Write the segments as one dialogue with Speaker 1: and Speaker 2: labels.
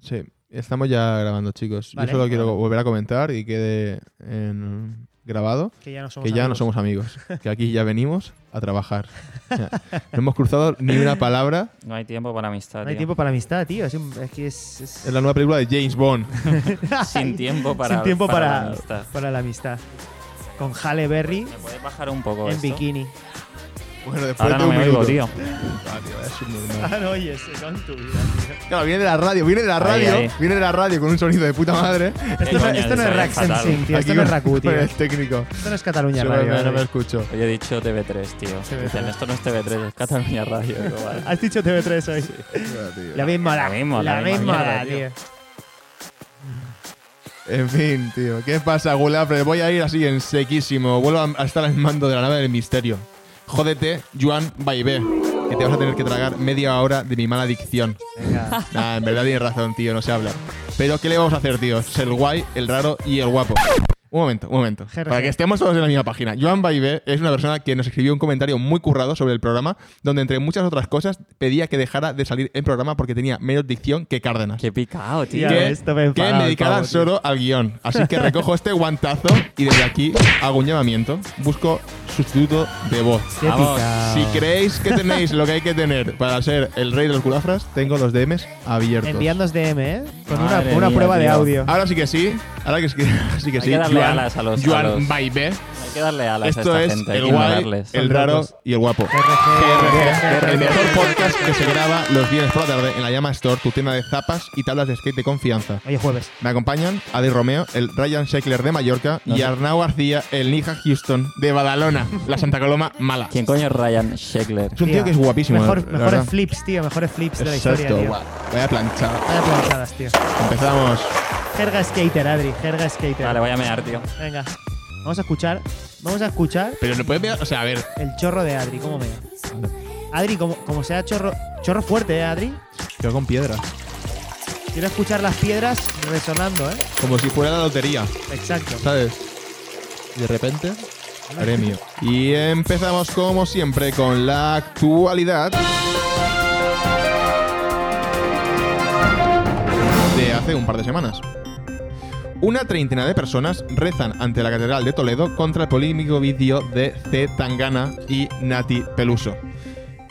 Speaker 1: Sí, estamos ya grabando, chicos.
Speaker 2: Vale,
Speaker 1: Yo solo quiero
Speaker 2: vale.
Speaker 1: volver a comentar y quede en- grabado
Speaker 2: Que ya no somos
Speaker 1: que ya no
Speaker 2: amigos.
Speaker 1: somos amigos, que aquí ya venimos a trabajar. O sea, no hemos cruzado ni una palabra
Speaker 3: No hay tiempo para amistad.
Speaker 2: No hay
Speaker 3: tío.
Speaker 2: tiempo para amistad, tío. Es, un- es que es. es-
Speaker 1: en la nueva película de James Bond.
Speaker 3: Sin tiempo para,
Speaker 2: Sin tiempo
Speaker 3: para
Speaker 2: para,
Speaker 3: la amistad.
Speaker 2: para la amistad. Con Halle Berry
Speaker 3: ¿Me puedes bajar un poco
Speaker 2: en
Speaker 3: esto?
Speaker 2: bikini.
Speaker 1: Bueno, después
Speaker 3: Ahora
Speaker 1: de
Speaker 3: no
Speaker 1: un
Speaker 3: me
Speaker 1: minuto.
Speaker 3: oigo, tío.
Speaker 1: Ah, tío, es subnormal.
Speaker 2: Ah, no, oye, se con tu vida, tío.
Speaker 1: Claro, viene de la radio, viene de la radio,
Speaker 3: ahí.
Speaker 1: viene de la radio con un sonido de puta madre.
Speaker 2: Esto, no-
Speaker 3: coño,
Speaker 2: esto no
Speaker 3: se
Speaker 2: es
Speaker 3: ve
Speaker 2: Rack
Speaker 3: fatal.
Speaker 2: Sensing, tío.
Speaker 1: Aquí
Speaker 2: Esto no es
Speaker 1: con-
Speaker 2: Raku, tío.
Speaker 1: con el técnico.
Speaker 2: Esto no es
Speaker 1: Sí,
Speaker 2: Cataluña
Speaker 1: no,
Speaker 2: Radio.
Speaker 1: me- no me
Speaker 2: eh.
Speaker 1: escucho.
Speaker 3: Hoy he dicho TV3, tío. Dicen, esto no es TV3, es Cataluña Radio. Digo, vale.
Speaker 2: Has dicho TV3 hoy.
Speaker 1: Bueno, tío.
Speaker 2: La misma
Speaker 3: La
Speaker 2: edad.
Speaker 3: misma, la
Speaker 2: La
Speaker 3: misma
Speaker 2: misma
Speaker 3: mierda,
Speaker 2: edad,
Speaker 3: tío.
Speaker 2: tío.
Speaker 1: En fin, tío. ¿Qué pasa, Gulafre? Voy a ir así en sequísimo. Vuelvo a- a estar al mando de la nave del misterio. Jódete, Juan Baibé, que te vas a tener que tragar media hora de mi mala adicción.
Speaker 2: Venga.
Speaker 1: Nah, en verdad tienes razón, tío, no se habla. Pero ¿qué le vamos a hacer, tío? Es el guay, el raro y el guapo. Un momento, un momento.
Speaker 2: GRG.
Speaker 1: Para que estemos todos en la misma página. Joan Baibé es una persona que nos escribió un comentario muy currado sobre el programa, donde entre muchas otras cosas pedía que dejara de salir el programa porque tenía menos dicción que Cárdenas.
Speaker 3: Qué picado, tío.
Speaker 2: Ya
Speaker 1: que,
Speaker 2: ves, esto me
Speaker 1: que
Speaker 2: enfadaba
Speaker 1: me
Speaker 2: el
Speaker 1: dedicaran
Speaker 2: pavo, tío.
Speaker 1: solo al guión. Así que recojo este guantazo y desde aquí hago un llamamiento. Busco sustituto de voz.
Speaker 2: Qué
Speaker 3: Vamos,
Speaker 2: picao.
Speaker 1: Si creéis que tenéis lo que hay que tener para ser el rey de los culafras, tengo los DMs abiertos.
Speaker 2: Enviadnos DM, ¿eh? Con una,
Speaker 3: Madre
Speaker 2: una
Speaker 3: mía,
Speaker 2: prueba de
Speaker 3: tío.
Speaker 2: audio.
Speaker 1: Ahora sí que sí, ahora que sí, sí que
Speaker 3: Hay
Speaker 1: sí.
Speaker 3: que darle alas a los- a
Speaker 1: Joan
Speaker 3: los-
Speaker 1: Baibé.
Speaker 3: Hay que darle alas
Speaker 1: Esto
Speaker 3: a esta
Speaker 1: es
Speaker 3: gente. hay
Speaker 1: el
Speaker 3: que
Speaker 1: guay,
Speaker 3: ignorarles.
Speaker 1: el
Speaker 2: Son
Speaker 1: raro
Speaker 2: rocos.
Speaker 1: y el guapo.
Speaker 2: RG.
Speaker 1: El mejor podcast que se graba los viernes por la tarde en la Llama Store, tu tienda de zapas y tablas de skate de confianza.
Speaker 2: Oye, jueves.
Speaker 1: Me acompañan Adi Romeo, el Ryan Sheckler de Mallorca
Speaker 3: No
Speaker 1: y
Speaker 3: sé.
Speaker 1: Arnau García, el Nija Houston de Badalona, la Santa Coloma mala.
Speaker 3: ¿Quién coño es Ryan Sheckler?
Speaker 1: Es un tío que es guapísimo. eh,
Speaker 2: Mejor,
Speaker 1: la
Speaker 2: mejores
Speaker 1: verdad.
Speaker 2: flips, tío. Mejores flips de la historia,
Speaker 1: Exacto,
Speaker 2: tío.
Speaker 1: guau. Vaya planchada.
Speaker 2: Vaya planchadas, tío.
Speaker 1: Empezamos.
Speaker 2: Jerga skater, Adri. Jerga skater.
Speaker 3: Vale, voy a mear, tío.
Speaker 2: Venga. Vamos a escuchar. Vamos a escuchar
Speaker 1: Pero no puedes mirar, o sea, a ver,
Speaker 2: el chorro de Adri. ¿Cómo me da? Adri, como, como sea chorro. Chorro fuerte, ¿eh, Adri?
Speaker 1: yo con piedras.
Speaker 2: Quiero escuchar las piedras resonando, ¿eh?
Speaker 1: Como si fuera la lotería.
Speaker 2: Exacto.
Speaker 1: ¿sabes? De repente, premio. Y empezamos como siempre con la actualidad de hace un par de semanas. Una treintena de personas rezan ante la Catedral de Toledo contra el polémico vídeo de C. Tangana y Nati Peluso.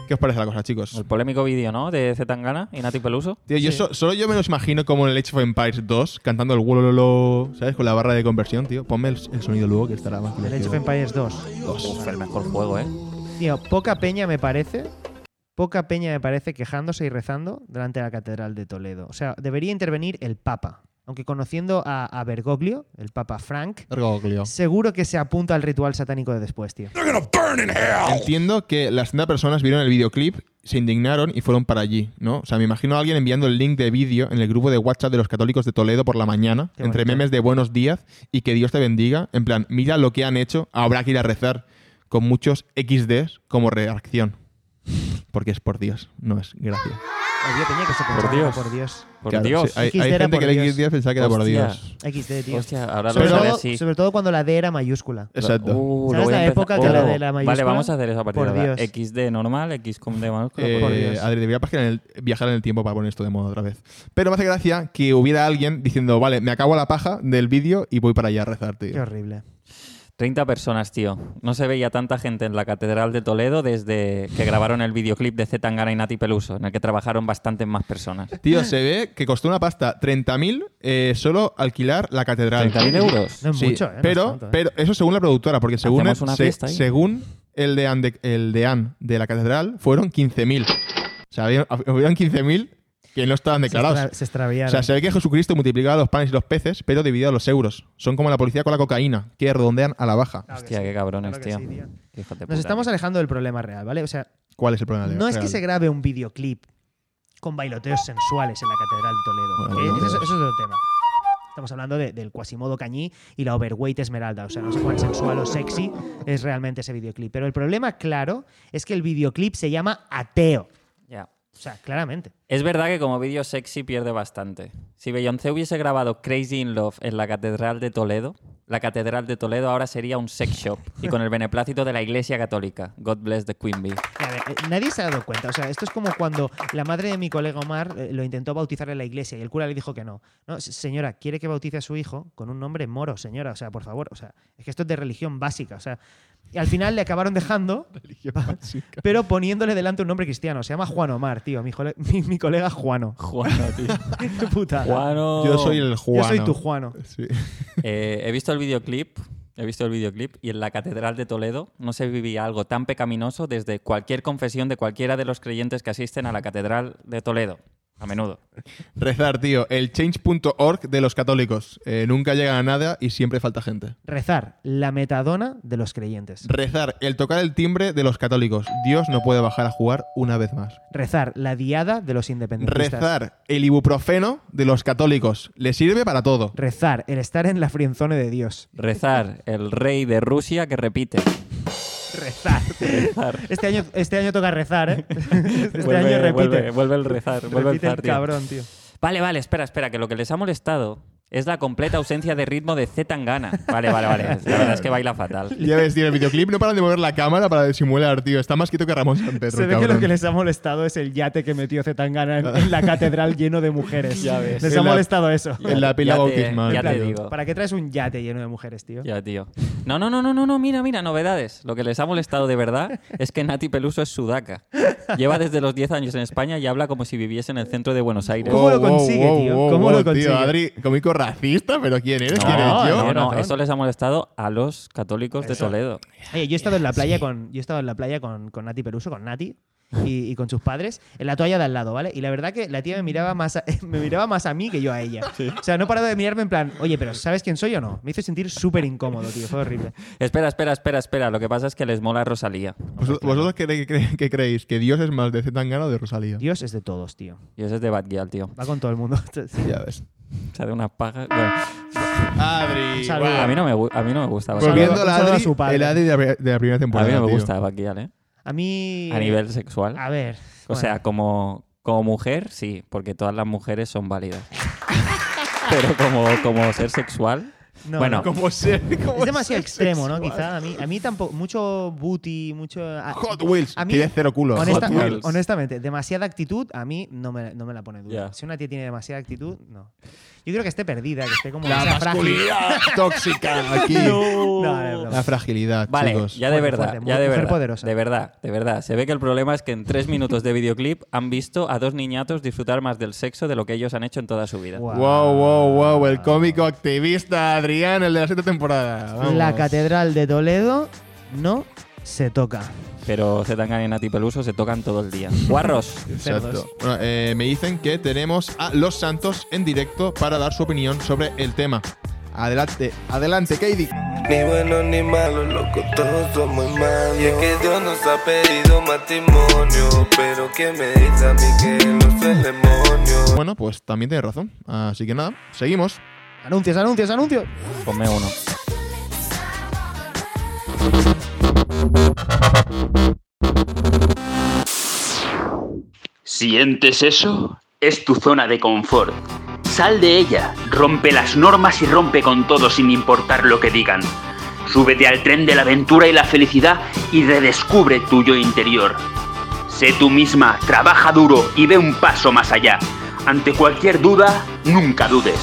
Speaker 1: ¿Qué os parece la cosa, chicos?
Speaker 3: El polémico vídeo, ¿no? De Zetangana y Nati Peluso.
Speaker 1: Tío, yo
Speaker 2: Sí.
Speaker 1: so- solo yo me los imagino como en el Age of Empires 2, cantando el wololo, ¿sabes? Con la barra de conversión, tío. Ponme el, el sonido luego que estará más
Speaker 2: El Age
Speaker 1: divertido.
Speaker 2: of Empires 2.
Speaker 3: Uf, el mejor juego, ¿eh?
Speaker 2: Tío, poca peña me parece. Poca peña me parece quejándose y rezando delante de la Catedral de Toledo. O sea, debería intervenir el Papa. Aunque conociendo a, a Bergoglio, el Papa Frank,
Speaker 1: Bergoglio.
Speaker 2: seguro que se apunta al ritual satánico de después, tío.
Speaker 1: Entiendo que las 30 personas vieron el videoclip, se indignaron y fueron para allí, ¿no? O sea, me imagino a alguien enviando el link de vídeo en el grupo de WhatsApp de los católicos de Toledo por la mañana,
Speaker 2: Qué
Speaker 1: entre
Speaker 2: bonito.
Speaker 1: memes de buenos días y que Dios te bendiga. En plan, mira lo que han hecho, habrá que ir a rezar. Con muchos XDs como reacción. Porque es por Dios, no es gracia.
Speaker 2: Había peña que se pensaba
Speaker 3: Por
Speaker 2: que era
Speaker 3: Dios.
Speaker 2: por Dios.
Speaker 3: Por
Speaker 1: Claro,
Speaker 3: Dios.
Speaker 1: sí, hay,
Speaker 2: XD
Speaker 1: hay
Speaker 2: era
Speaker 1: gente
Speaker 2: por
Speaker 1: que le
Speaker 2: Dios.
Speaker 1: XD pensaba que era por
Speaker 3: Hostia.
Speaker 1: Dios.
Speaker 2: XD, tío.
Speaker 3: Hostia, ahora
Speaker 2: sobre,
Speaker 3: lo
Speaker 1: Pero-
Speaker 3: veré
Speaker 2: todo,
Speaker 3: así.
Speaker 2: sobre todo cuando la D era mayúscula.
Speaker 1: Exacto.
Speaker 3: Uh,
Speaker 2: ¿Sabes
Speaker 3: lo voy a
Speaker 2: la
Speaker 3: empezar-
Speaker 2: época que era
Speaker 3: Oh.
Speaker 2: de la
Speaker 3: Vale,
Speaker 2: mayúscula?
Speaker 3: vamos a hacer eso a partir
Speaker 2: Por
Speaker 3: de ahora.
Speaker 2: Dios.
Speaker 3: XD normal, X con D mayúscula.
Speaker 1: Eh,
Speaker 3: por Dios.
Speaker 1: Adri, debería pasar en el- viajar en el tiempo para poner esto de moda otra vez. Pero me hace gracia que hubiera alguien diciendo, vale, me acabo la paja del vídeo y voy para allá a rezar, tío.
Speaker 2: Qué horrible.
Speaker 3: 30 personas, tío. No se veía tanta gente en la Catedral de Toledo desde que grabaron el videoclip de Zetangana y Nati Peluso, en el que trabajaron bastantes más personas.
Speaker 1: Tío, se ve que costó una pasta 30.000 eh, solo alquilar la catedral.
Speaker 3: 30.000 euros.
Speaker 2: No es
Speaker 1: Sí,
Speaker 2: mucho, ¿eh? No es
Speaker 1: pero,
Speaker 2: tanto, ¿eh?
Speaker 1: pero eso según la productora, porque según,
Speaker 3: Hacemos una
Speaker 1: se-
Speaker 3: fiesta ahí.
Speaker 1: según el deán de, el deán de la catedral, fueron 15.000. O sea, había- hubieron 15.000 que no estaban
Speaker 2: se,
Speaker 1: declarados.
Speaker 2: extra- se
Speaker 1: O
Speaker 2: extraviaron.
Speaker 1: sea, se ve que Jesucristo multiplicaba los panes y los peces, pero dividido a los euros. Son como la policía con la cocaína, que redondean a la baja.
Speaker 2: Claro que
Speaker 3: Hostia,
Speaker 2: sí.
Speaker 3: qué cabrones,
Speaker 2: Claro que
Speaker 3: tío.
Speaker 2: sí, tío.
Speaker 3: Hijos de
Speaker 2: Nos
Speaker 3: puta,
Speaker 2: estamos
Speaker 3: tío.
Speaker 2: alejando del problema real, ¿vale? O sea,
Speaker 1: ¿Cuál es el problema?
Speaker 2: no es que
Speaker 1: real?
Speaker 2: se grabe un videoclip con bailoteos sensuales en la Catedral de Toledo.
Speaker 1: Bueno,
Speaker 2: ¿ok?
Speaker 1: bueno,
Speaker 2: eso,
Speaker 1: bueno.
Speaker 2: eso es otro tema. Estamos hablando de- del Quasimodo Cañí y la Overweight Esmeralda. O sea, no sé cuán sensual o sexy es realmente ese videoclip. Pero el problema, claro, es que el videoclip se llama Ateo.
Speaker 3: Ya.
Speaker 2: O sea, claramente.
Speaker 3: Es verdad que como vídeo sexy pierde bastante. Si Beyoncé hubiese grabado Crazy in Love en la Catedral de Toledo, La Catedral de Toledo ahora sería un sex shop y con el beneplácito de la Iglesia Católica. God bless the Queen Bee.
Speaker 2: A ver, eh, nadie se ha dado cuenta. O sea, esto es como cuando la madre de mi colega Omar eh, lo intentó bautizar en la iglesia y el cura le dijo que no. No, se- señora, quiere que bautice a su hijo con un nombre moro, señora. O sea, por favor. O sea, es que esto es de religión básica. O sea, y al final le acabaron dejando,
Speaker 1: Religión básica.
Speaker 2: pero poniéndole delante un nombre cristiano. Se llama Juan Omar, tío. Mi, jole- mi- mi colega Juano.
Speaker 3: Juano, tío.
Speaker 2: Qué putada.
Speaker 3: Juano.
Speaker 1: Yo soy el Juan.
Speaker 2: Yo soy tu Juano.
Speaker 1: Sí.
Speaker 3: Eh, he visto el videoclip, he visto el videoclip y en la Catedral de Toledo no se vivía algo tan pecaminoso desde cualquier confesión de cualquiera de los creyentes que asisten a la Catedral de Toledo. A menudo.
Speaker 1: Rezar, tío. El change.org de los católicos. Eh, nunca llegan a nada y siempre falta gente.
Speaker 2: Rezar, la metadona de los creyentes.
Speaker 1: Rezar, el tocar el timbre de los católicos. Dios no puede bajar a jugar una vez más.
Speaker 2: Rezar, la diada de los independentistas.
Speaker 1: Rezar, el ibuprofeno de los católicos. Le sirve para todo.
Speaker 2: Rezar, el estar en la frienzone de Dios.
Speaker 3: Rezar, el rey de Rusia que repite.
Speaker 2: Rezar.
Speaker 3: Rezar.
Speaker 2: Este año, este año toca rezar, ¿eh? Este
Speaker 3: Vuelve-
Speaker 2: año repite.
Speaker 3: Vuelve, vuelve el rezar. Vuelve el
Speaker 2: Repite
Speaker 3: rezar, tío.
Speaker 2: cabrón, tío.
Speaker 3: Vale, vale, espera, espera, que lo que les ha molestado es la completa ausencia de ritmo de Z Tangana. Vale, vale, vale. La verdad es que baila fatal.
Speaker 1: Ya ves, tío, el videoclip no paran de mover la cámara para disimular, tío. Está más quieto que Ramón San Pedro,
Speaker 2: Se ve que
Speaker 1: cabrón.
Speaker 2: lo que les ha molestado es el yate que metió Zetangana en, en la catedral lleno de mujeres.
Speaker 3: Ya ves.
Speaker 2: Les
Speaker 1: En
Speaker 2: ha
Speaker 1: la-
Speaker 2: molestado eso.
Speaker 1: En la
Speaker 3: Ya
Speaker 1: pila
Speaker 3: te-
Speaker 1: bautismal.
Speaker 3: ya te
Speaker 1: tío.
Speaker 3: digo.
Speaker 2: ¿Para qué traes un yate lleno de mujeres, tío?
Speaker 3: Ya, tío. No, no, no, no, no, no, mira, mira, novedades. Lo que les ha molestado de verdad es que Nati Peluso es sudaca. Lleva desde los 10 años en España y habla como si viviese en el centro de Buenos Aires.
Speaker 2: ¿Cómo lo consigue, tío? ¿Cómo lo consigue?
Speaker 1: Tío, Adri, cómico racista, pero ¿quién eres? ¿Quién eres
Speaker 3: No,
Speaker 1: yo?
Speaker 3: no, no,
Speaker 2: Razón.
Speaker 3: eso les ha molestado a los católicos de
Speaker 2: Eso.
Speaker 3: Toledo.
Speaker 2: Oye, yo he estado en la playa con, yo he estado en la playa con, con Nati Peruso, con Nati. Y, y con sus padres en la toalla de al lado, ¿vale? Y la verdad que la tía me miraba más a, me miraba más a mí que yo a ella. O sea, no paraba de mirarme en plan, oye, pero ¿sabes quién soy o no? Me hizo sentir súper incómodo, tío, fue horrible.
Speaker 3: Espera, espera, espera, espera. Lo que pasa es que les mola Rosalía.
Speaker 1: ¿Vosotros, vosotros qué, cre- qué creéis? ¿Que Dios es más de Zetangana o de Rosalía?
Speaker 2: Dios es de todos, tío.
Speaker 3: Y ese es de Bad Gyal, tío.
Speaker 2: Va con todo el mundo.
Speaker 1: Ya ves.
Speaker 3: O sea, de una paja. Bueno,
Speaker 1: Adri.
Speaker 2: Un saludo.
Speaker 1: guau.
Speaker 3: a, mí no me, gu- a mí no me gusta. Bad Gyal.
Speaker 1: Volviendo
Speaker 2: Un
Speaker 1: al
Speaker 2: saludo a
Speaker 1: Adri,
Speaker 2: su padre.
Speaker 1: Pues el Adri de la, pri- de la primera
Speaker 3: A
Speaker 1: temporada.
Speaker 3: mí no me
Speaker 1: tío.
Speaker 3: gusta Bad Gyal, ¿eh?
Speaker 2: A mí.
Speaker 3: A nivel sexual.
Speaker 2: A ver.
Speaker 3: O
Speaker 2: bueno.
Speaker 3: sea, como, como mujer, sí, porque todas las mujeres son válidas. Pero como, como ser sexual.
Speaker 2: No,
Speaker 3: bueno,
Speaker 2: no.
Speaker 1: Como ser. como
Speaker 2: Es demasiado
Speaker 1: ser
Speaker 2: extremo, ¿no?
Speaker 1: sexual.
Speaker 2: Quizá a mí, a mí tampoco. Mucho booty, mucho. a-
Speaker 1: Hot Wheels.
Speaker 2: A mí-
Speaker 1: Tiene cero culo.
Speaker 2: honesta-
Speaker 3: Hot Wheels.
Speaker 2: honestamente, demasiada actitud a mí no me, no me la pone duda.
Speaker 3: Ya.
Speaker 2: Si una tía tiene demasiada actitud, no. Yo creo que esté perdida, que esté como.
Speaker 1: La
Speaker 2: esa frágil.
Speaker 1: masculinidad tóxica aquí.
Speaker 2: No, no, no.
Speaker 1: La fragilidad,
Speaker 3: Vale,
Speaker 1: chicos.
Speaker 3: ya de
Speaker 2: Fuerte,
Speaker 3: verdad,
Speaker 2: fuerte,
Speaker 3: ya de
Speaker 2: mujer
Speaker 3: verdad,
Speaker 2: poderosa.
Speaker 3: de verdad, de verdad. Se ve que el problema es que en tres minutos de videoclip han visto a dos niñatos disfrutar más del sexo de lo que ellos han hecho en toda su vida.
Speaker 2: Guau.
Speaker 1: Wow, wow, wow. El cómico activista Adrián, el de la sexta temporada. Vamos.
Speaker 2: La catedral de Toledo no se toca.
Speaker 3: Pero Zetangana y Nati Peluso se tocan todo el día. Guarros.
Speaker 1: Exacto. Bueno, eh, me dicen que tenemos a Los Santos en directo para dar su opinión sobre el tema. Adelante, adelante, Katie.
Speaker 4: Ni bueno ni malo, loco, todos somos malos. Y es que Dios nos ha pedido matrimonio. Pero que me dice a mí que no es el demonio.
Speaker 1: Bueno, pues también tiene razón. Así que nada, seguimos.
Speaker 2: Anuncios, anuncios, anuncios.
Speaker 3: Ponme uno.
Speaker 5: ¿Sientes eso? Es tu zona de confort. Sal de ella, rompe las normas y rompe con todo sin importar lo que digan. Súbete al tren de la aventura y la felicidad y redescubre tu yo interior. Sé tú misma, trabaja duro y ve un paso más allá. Ante cualquier duda, nunca dudes.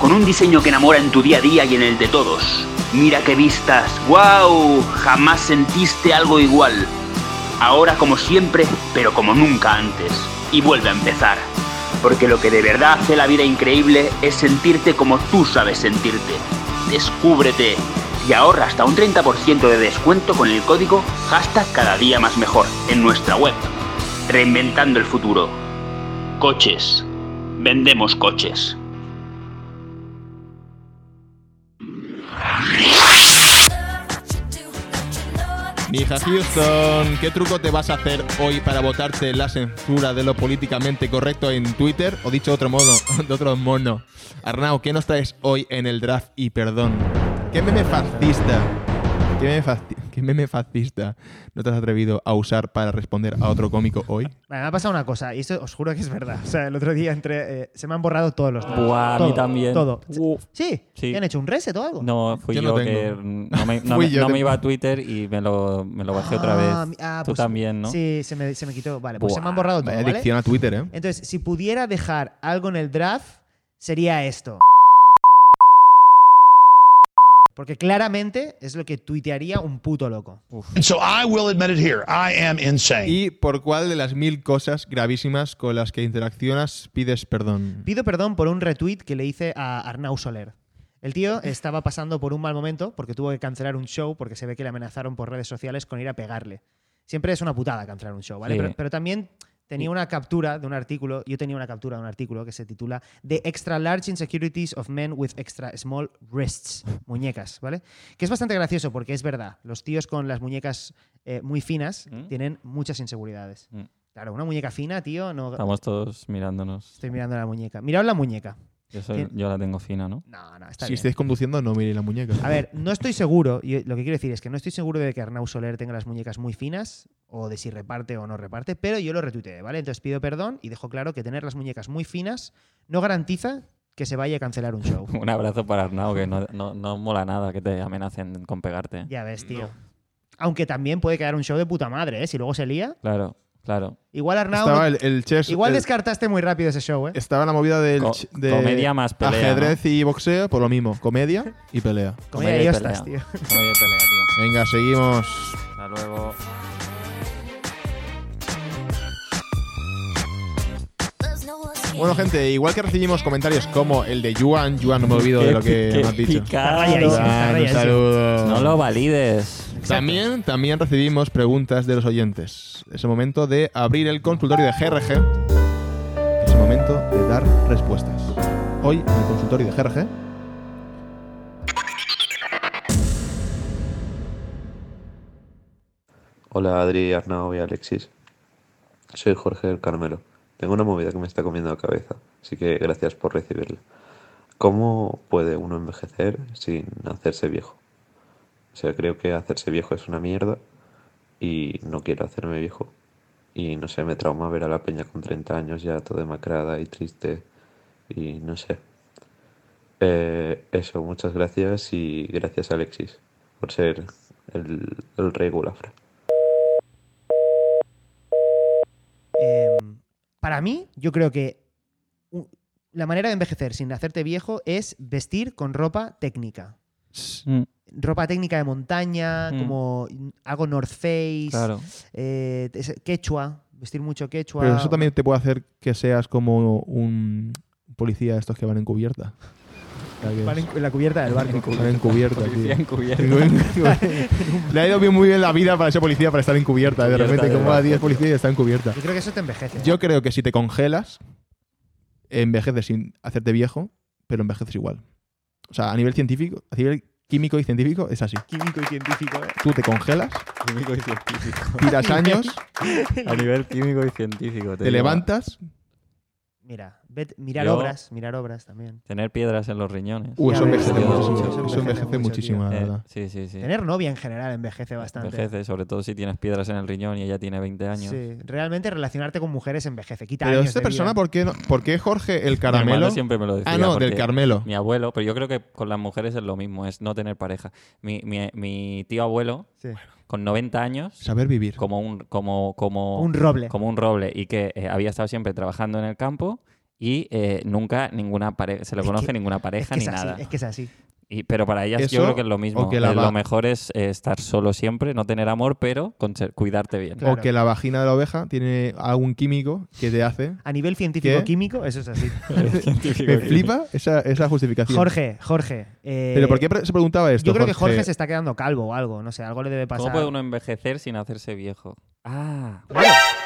Speaker 5: Con un diseño que enamora en tu día a día y en el de todos. Mira que vistas, wow, jamás sentiste algo igual. Ahora como siempre, pero como nunca antes. Y vuelve a empezar. Porque lo que de verdad hace la vida increíble es sentirte como tú sabes sentirte. Descúbrete. Y ahorra hasta un 30% de descuento con el código hashtag cada día más mejor en nuestra web. Reinventando el futuro. Coches. Vendemos coches.
Speaker 1: Mija Houston, ¿qué truco te vas a hacer hoy para votarte la censura de lo políticamente correcto en Twitter? O dicho de otro modo, de otro mono. Arnau, ¿qué nos traes hoy en el draft? Y perdón. ¿Qué meme fascista? ¿Qué meme, fasci- qué ¿Qué meme fascista no te has atrevido a usar para responder a otro cómico hoy?
Speaker 2: Vale, me ha pasado una cosa, y eso os juro que es verdad. O sea, el otro día entré, eh, se me han borrado todos los datos.
Speaker 3: Buah, a mí
Speaker 2: Todo,
Speaker 3: también.
Speaker 2: Todo.
Speaker 3: Uh.
Speaker 2: Sí,
Speaker 3: Sí.
Speaker 2: ¿Y han hecho un reset o algo?
Speaker 3: No, fui
Speaker 1: Yo
Speaker 3: yo,
Speaker 1: no
Speaker 3: que
Speaker 1: tengo.
Speaker 3: no me, no
Speaker 1: Fui
Speaker 3: me-
Speaker 1: yo,
Speaker 3: no me
Speaker 1: te-
Speaker 3: iba a Twitter y me lo, me lo bajé otra
Speaker 2: Ah,
Speaker 3: vez.
Speaker 2: ah,
Speaker 3: Tú
Speaker 2: pues
Speaker 3: también, ¿no?
Speaker 2: Sí, se me, se me quitó. Vale, pues se me
Speaker 3: Buah,
Speaker 2: han borrado todo,
Speaker 1: Vaya
Speaker 2: ¿vale?
Speaker 1: adicción a Twitter, ¿eh?
Speaker 2: Entonces, si pudiera dejar algo en el draft, sería esto. Porque claramente es lo que tuitearía un puto loco.
Speaker 6: And so I will admit it here. I am insane.
Speaker 1: ¿Y por cuál de las mil cosas gravísimas con las que interaccionas pides perdón?
Speaker 2: Pido perdón por un retweet que le hice a Arnau Soler. El tío estaba pasando por un mal momento porque tuvo que cancelar un show porque se ve que le amenazaron por redes sociales con ir a pegarle. Siempre es una putada cancelar un show, ¿vale?
Speaker 3: Sí.
Speaker 2: Pero, pero también tenía una captura de un artículo, yo tenía una captura de un artículo que se titula The Extra Large Insecurities of Men with Extra Small Wrists, muñecas, ¿vale? Que es bastante gracioso porque es verdad, los tíos con las muñecas eh, muy finas
Speaker 3: ¿Mm?
Speaker 2: tienen muchas inseguridades.
Speaker 3: Mm.
Speaker 2: Claro, una muñeca fina, tío, no...
Speaker 3: Estamos todos mirándonos.
Speaker 2: Estoy mirando la muñeca. Miraos la muñeca.
Speaker 3: Yo, soy-
Speaker 2: Tien-
Speaker 3: yo la tengo fina, ¿no?
Speaker 2: No, no, está
Speaker 1: si
Speaker 2: bien.
Speaker 1: estáis conduciendo, no miréis la muñeca.
Speaker 2: A ver, no estoy seguro, y lo que quiero decir es que no estoy seguro de que Arnau Soler tenga las muñecas muy finas o de si reparte o no reparte, pero yo lo retuiteé, ¿vale? Entonces pido perdón y dejo claro que tener las muñecas muy finas no garantiza que se vaya a cancelar un show.
Speaker 3: Un abrazo para Arnau, que no, no- no mola nada que te amenacen con pegarte.
Speaker 2: Ya ves, tío. Aunque también puede quedar un show de puta madre, ¿eh? Si luego se lía.
Speaker 3: Claro, claro.
Speaker 2: Igual Arnau.
Speaker 1: Estaba el, el chess.
Speaker 2: igual
Speaker 1: el-
Speaker 2: descartaste muy rápido ese show, ¿eh?
Speaker 1: estaba la movida del
Speaker 3: Co-
Speaker 1: ch- de
Speaker 3: comedia más pelea,
Speaker 1: ajedrez y boxeo, por lo mismo, comedia y pelea.
Speaker 2: Comedia
Speaker 3: Comedia
Speaker 2: y
Speaker 3: y
Speaker 2: ostras, tío.
Speaker 3: pelea. Oye, pelea, tío.
Speaker 1: Venga, seguimos.
Speaker 3: Hasta luego.
Speaker 1: Bueno, gente, igual que recibimos comentarios como el de Juan, Juan, no me olvido de lo que
Speaker 3: Qué
Speaker 1: me has dicho.
Speaker 3: picado.
Speaker 2: Está rayadísimo, está
Speaker 1: Juan, un
Speaker 2: rayadísimo.
Speaker 1: saludo.
Speaker 3: No lo valides.
Speaker 1: También, también recibimos preguntas de los oyentes. Es el momento de abrir el consultorio de GRG. Es el momento de dar respuestas. Hoy, en el consultorio de GRG,
Speaker 7: Hola Adri, Arnau y Alexis. Soy Jorge del Carmelo. Tengo una movida que me está comiendo la cabeza, así que gracias por recibirla. ¿Cómo puede uno envejecer sin hacerse viejo? O sea, creo que hacerse viejo es una mierda y no quiero hacerme viejo. Y no sé, me trauma ver a la peña con 30 años ya toda demacrada y triste y no sé. Eh, eso, muchas gracias y gracias Alexis por ser el, el rey Gulafra.
Speaker 2: Eh, para mí, yo creo que u- la manera de envejecer sin hacerte viejo es vestir con ropa técnica.
Speaker 3: Mm,
Speaker 2: ropa técnica de montaña,
Speaker 3: Mm.
Speaker 2: como algo North Face,
Speaker 3: Claro.
Speaker 2: eh, es- quechua, vestir mucho quechua.
Speaker 1: Pero eso también te puede hacer que seas como un policía de estos que van en cubierta. O sea, que
Speaker 2: Van en, en la cubierta del barco.
Speaker 1: Van en cubierta,
Speaker 3: Policía
Speaker 1: tío.
Speaker 3: encubierta.
Speaker 1: Le ha ido bien muy bien la vida para ser policía, para estar encubierta. ¿eh? De
Speaker 3: Cubierta
Speaker 1: repente,
Speaker 3: de
Speaker 1: como a
Speaker 3: bajo,
Speaker 1: 10
Speaker 3: tío.
Speaker 1: policías y está encubierta.
Speaker 2: Yo creo que eso te envejece.
Speaker 1: Yo creo que si te congelas, envejeces sin hacerte viejo, pero envejeces igual. O sea, a nivel científico, a nivel químico y científico, es así.
Speaker 2: Químico y científico. ¿eh?
Speaker 1: Tú te congelas,
Speaker 3: Químico y científico.
Speaker 1: tiras años,
Speaker 3: A nivel químico y científico.
Speaker 1: te
Speaker 3: digo.
Speaker 1: levantas.
Speaker 2: Mira, vet- mirar
Speaker 3: Yo-
Speaker 2: obras, mirar obras también.
Speaker 3: Tener piedras en los riñones.
Speaker 1: Uh, eso
Speaker 2: Ya ves,
Speaker 1: envejece
Speaker 2: tío,
Speaker 1: muchísimo.
Speaker 2: eso
Speaker 1: Eso envejece
Speaker 2: envejece mucho,
Speaker 1: muchísimo, la
Speaker 3: Eh,
Speaker 1: verdad.
Speaker 3: sí, sí, sí.
Speaker 2: Tener novia en general envejece bastante.
Speaker 3: Envejece, sobre todo si tienes piedras en el riñón y ella tiene 20 años.
Speaker 2: Sí, realmente relacionarte con mujeres envejece. Quita
Speaker 1: Pero
Speaker 2: años
Speaker 1: esta
Speaker 2: de
Speaker 1: persona,
Speaker 2: vida.
Speaker 1: ¿por qué, no- por qué Jorge el
Speaker 3: Mi
Speaker 1: Caramelo?
Speaker 3: hermano siempre me lo decía.
Speaker 1: Ah, no, del
Speaker 3: porque
Speaker 1: Carmelo.
Speaker 3: Mi abuelo, pero yo creo que con las mujeres es lo mismo, es no tener pareja. Mi, mi- mi tío abuelo,
Speaker 2: Sí.
Speaker 3: con 90 años,
Speaker 1: Saber vivir.
Speaker 3: como un, como, como,
Speaker 2: Un roble.
Speaker 3: como un roble, y que eh, había estado siempre trabajando en el campo y eh, nunca ninguna pareja, se le
Speaker 2: Es
Speaker 3: conoce
Speaker 2: que-
Speaker 3: ninguna
Speaker 2: es
Speaker 3: pareja
Speaker 2: que es
Speaker 3: ni
Speaker 2: así,
Speaker 3: nada.
Speaker 2: es que es así.
Speaker 3: Y- pero para ellas
Speaker 1: Eso
Speaker 3: yo creo que es lo mismo.
Speaker 1: o que la
Speaker 3: Eh,
Speaker 1: va-
Speaker 3: lo mejor es eh, estar solo siempre, no tener amor, pero con ser- cuidarte bien.
Speaker 2: Claro.
Speaker 1: O que la vagina de la oveja tiene algún químico que te hace.
Speaker 2: A nivel científico-químico, eso es así.
Speaker 1: Me flipa esa, esa justificación.
Speaker 2: Jorge, Jorge. eh,
Speaker 1: ¿Pero por qué pre- se preguntaba esto?
Speaker 2: Yo creo que Jorge se está quedando calvo o algo, no sé, algo le debe pasar.
Speaker 3: ¿Cómo puede uno envejecer sin hacerse viejo? Ah,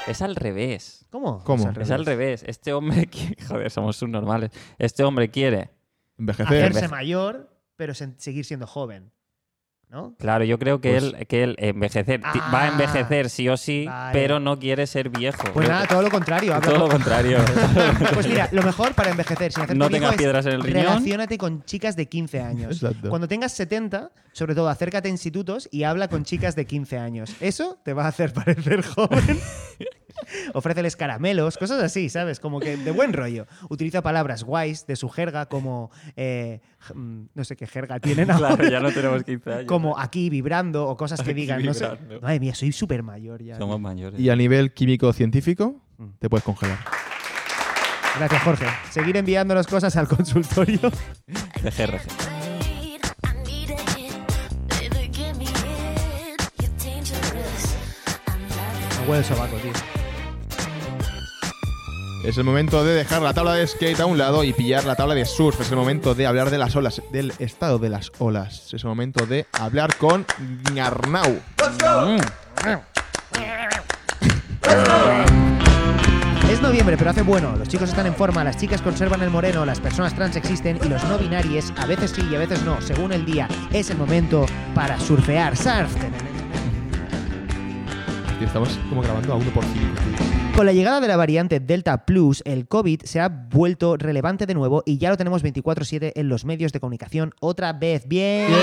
Speaker 3: es al revés.
Speaker 2: ¿Cés
Speaker 1: ¿Cómo?
Speaker 2: al
Speaker 3: Es al revés. Este hombre qui- Joder, somos subnormales. Este hombre quiere.
Speaker 1: Envejecer.
Speaker 2: Hacerse mayor, pero sen- seguir siendo joven. ¿no?
Speaker 3: Claro, yo creo
Speaker 1: Pues
Speaker 3: que él, que él envejecer, ti-
Speaker 2: Ah.
Speaker 3: va a envejecer sí o sí,
Speaker 2: Vale.
Speaker 3: pero no quiere ser viejo.
Speaker 2: Pues nada, todo lo contrario. habla
Speaker 3: todo lo
Speaker 2: con-
Speaker 3: contrario.
Speaker 2: Pues mira, lo mejor para envejecer sin hacer
Speaker 3: No
Speaker 2: un hijo
Speaker 3: tengas
Speaker 2: es
Speaker 3: piedras en el riñón.
Speaker 2: Relaciónate con chicas de 15 años.
Speaker 1: Exacto.
Speaker 2: Cuando tengas 70, sobre todo acércate a institutos y habla con chicas de 15 años. Eso te va a hacer parecer joven. Ofréceles caramelos, cosas así, ¿sabes? Como que de buen rollo. Utiliza palabras guays de su jerga como eh, j- mm, no sé qué jerga tienen ahora.
Speaker 3: claro, ya no tenemos 15 años.
Speaker 2: Como aquí vibrando o cosas que
Speaker 3: Aquí
Speaker 2: digan, no sé.
Speaker 3: vibrando.
Speaker 2: Madre mía, soy súper mayor ya.
Speaker 3: Somos mayores.
Speaker 1: Y a nivel químico-científico,
Speaker 2: Mm.
Speaker 1: te puedes congelar.
Speaker 2: Gracias, Jorge. Seguir enviándonos cosas al consultorio.
Speaker 3: TGRG.
Speaker 2: Me huele el sobaco, tío.
Speaker 1: Es el momento de dejar la tabla de skate a un lado y pillar la tabla de surf. Es el momento de hablar de las olas, del estado de las olas. Es el momento de hablar con Arnau.
Speaker 3: Mm.
Speaker 2: Es noviembre, pero hace bueno. Los chicos están en forma, las chicas conservan el moreno, las personas trans existen y los no binarios a veces sí y a veces no, según el día. Es el momento para surfear. Surf.
Speaker 1: Tío, Estamos como grabando a uno por cinco. tío.
Speaker 2: Con la llegada de la variante Delta Plus, el COVID se ha vuelto relevante de nuevo y ya lo tenemos 24-7 en los medios de comunicación otra vez. ¡Bien! Nos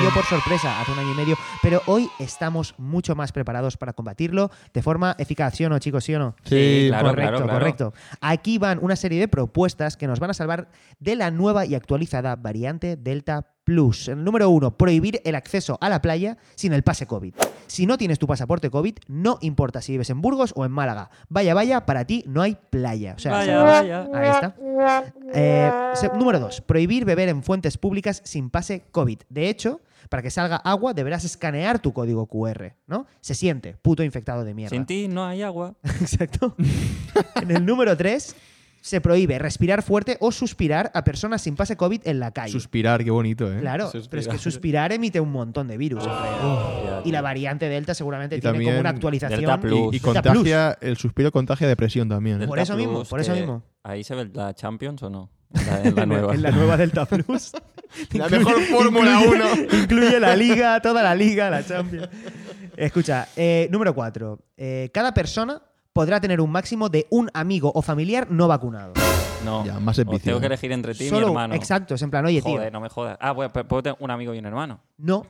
Speaker 2: pilló por sorpresa hace un año y medio, pero hoy estamos mucho más preparados para combatirlo de forma eficaz, ¿sí o no, chicos? ¿Sí o no?
Speaker 3: Sí, claro,
Speaker 2: correcto,
Speaker 3: claro, claro.
Speaker 2: correcto. Aquí van una serie de propuestas que nos van a salvar de la nueva y actualizada variante Delta Plus. El número uno, prohibir el acceso a la playa sin el pase COVID. Si no tienes tu pasaporte COVID, no importa si vives en Burgos o en Málaga. Vaya, vaya, para ti no hay playa. O sea,
Speaker 3: Vaya, vaya.
Speaker 2: Ahí está. Eh, se- número dos, prohibir beber en fuentes públicas sin pase COVID. De hecho, para que salga agua deberás escanear tu código QR, ¿no? Se siente, puto infectado de mierda.
Speaker 3: Sin ti no hay agua.
Speaker 2: Exacto. en el número 3 se prohíbe respirar fuerte o suspirar a personas sin pase COVID en la calle.
Speaker 1: Suspirar, qué bonito, ¿eh?
Speaker 2: claro, pero es que suspirar emite un montón de virus. alrededor.
Speaker 3: Oh,
Speaker 2: y la variante Delta seguramente
Speaker 1: Y
Speaker 2: tiene como
Speaker 1: también
Speaker 2: una actualización.
Speaker 3: Delta Plus.
Speaker 1: Y, y
Speaker 2: Delta
Speaker 1: contagia, el suspiro contagia depresión también. ¿eh?
Speaker 2: Por eso
Speaker 3: Plus,
Speaker 2: mismo, por eso
Speaker 3: Pues que
Speaker 2: mismo.
Speaker 3: Ahí se ve la Champions o no. En la, en la nueva.
Speaker 2: En la nueva Delta Plus.
Speaker 1: La mejor Fórmula
Speaker 2: Incluye-
Speaker 1: 1.
Speaker 2: Incluye la liga, toda la liga, la Champions. Escucha, eh, número 4. cada persona podrá tener un máximo de un amigo o familiar no vacunado.
Speaker 3: No.
Speaker 1: Ya, más
Speaker 3: Os
Speaker 1: servicio,
Speaker 3: tengo que
Speaker 1: ¿eh?
Speaker 3: elegir entre ti y mi
Speaker 2: Solo-
Speaker 3: hermano.
Speaker 2: Exacto, es en plan, oye, tío.
Speaker 3: Joder, no me jodas. Ah, bueno, pero puedo tener un amigo y un hermano.
Speaker 2: No.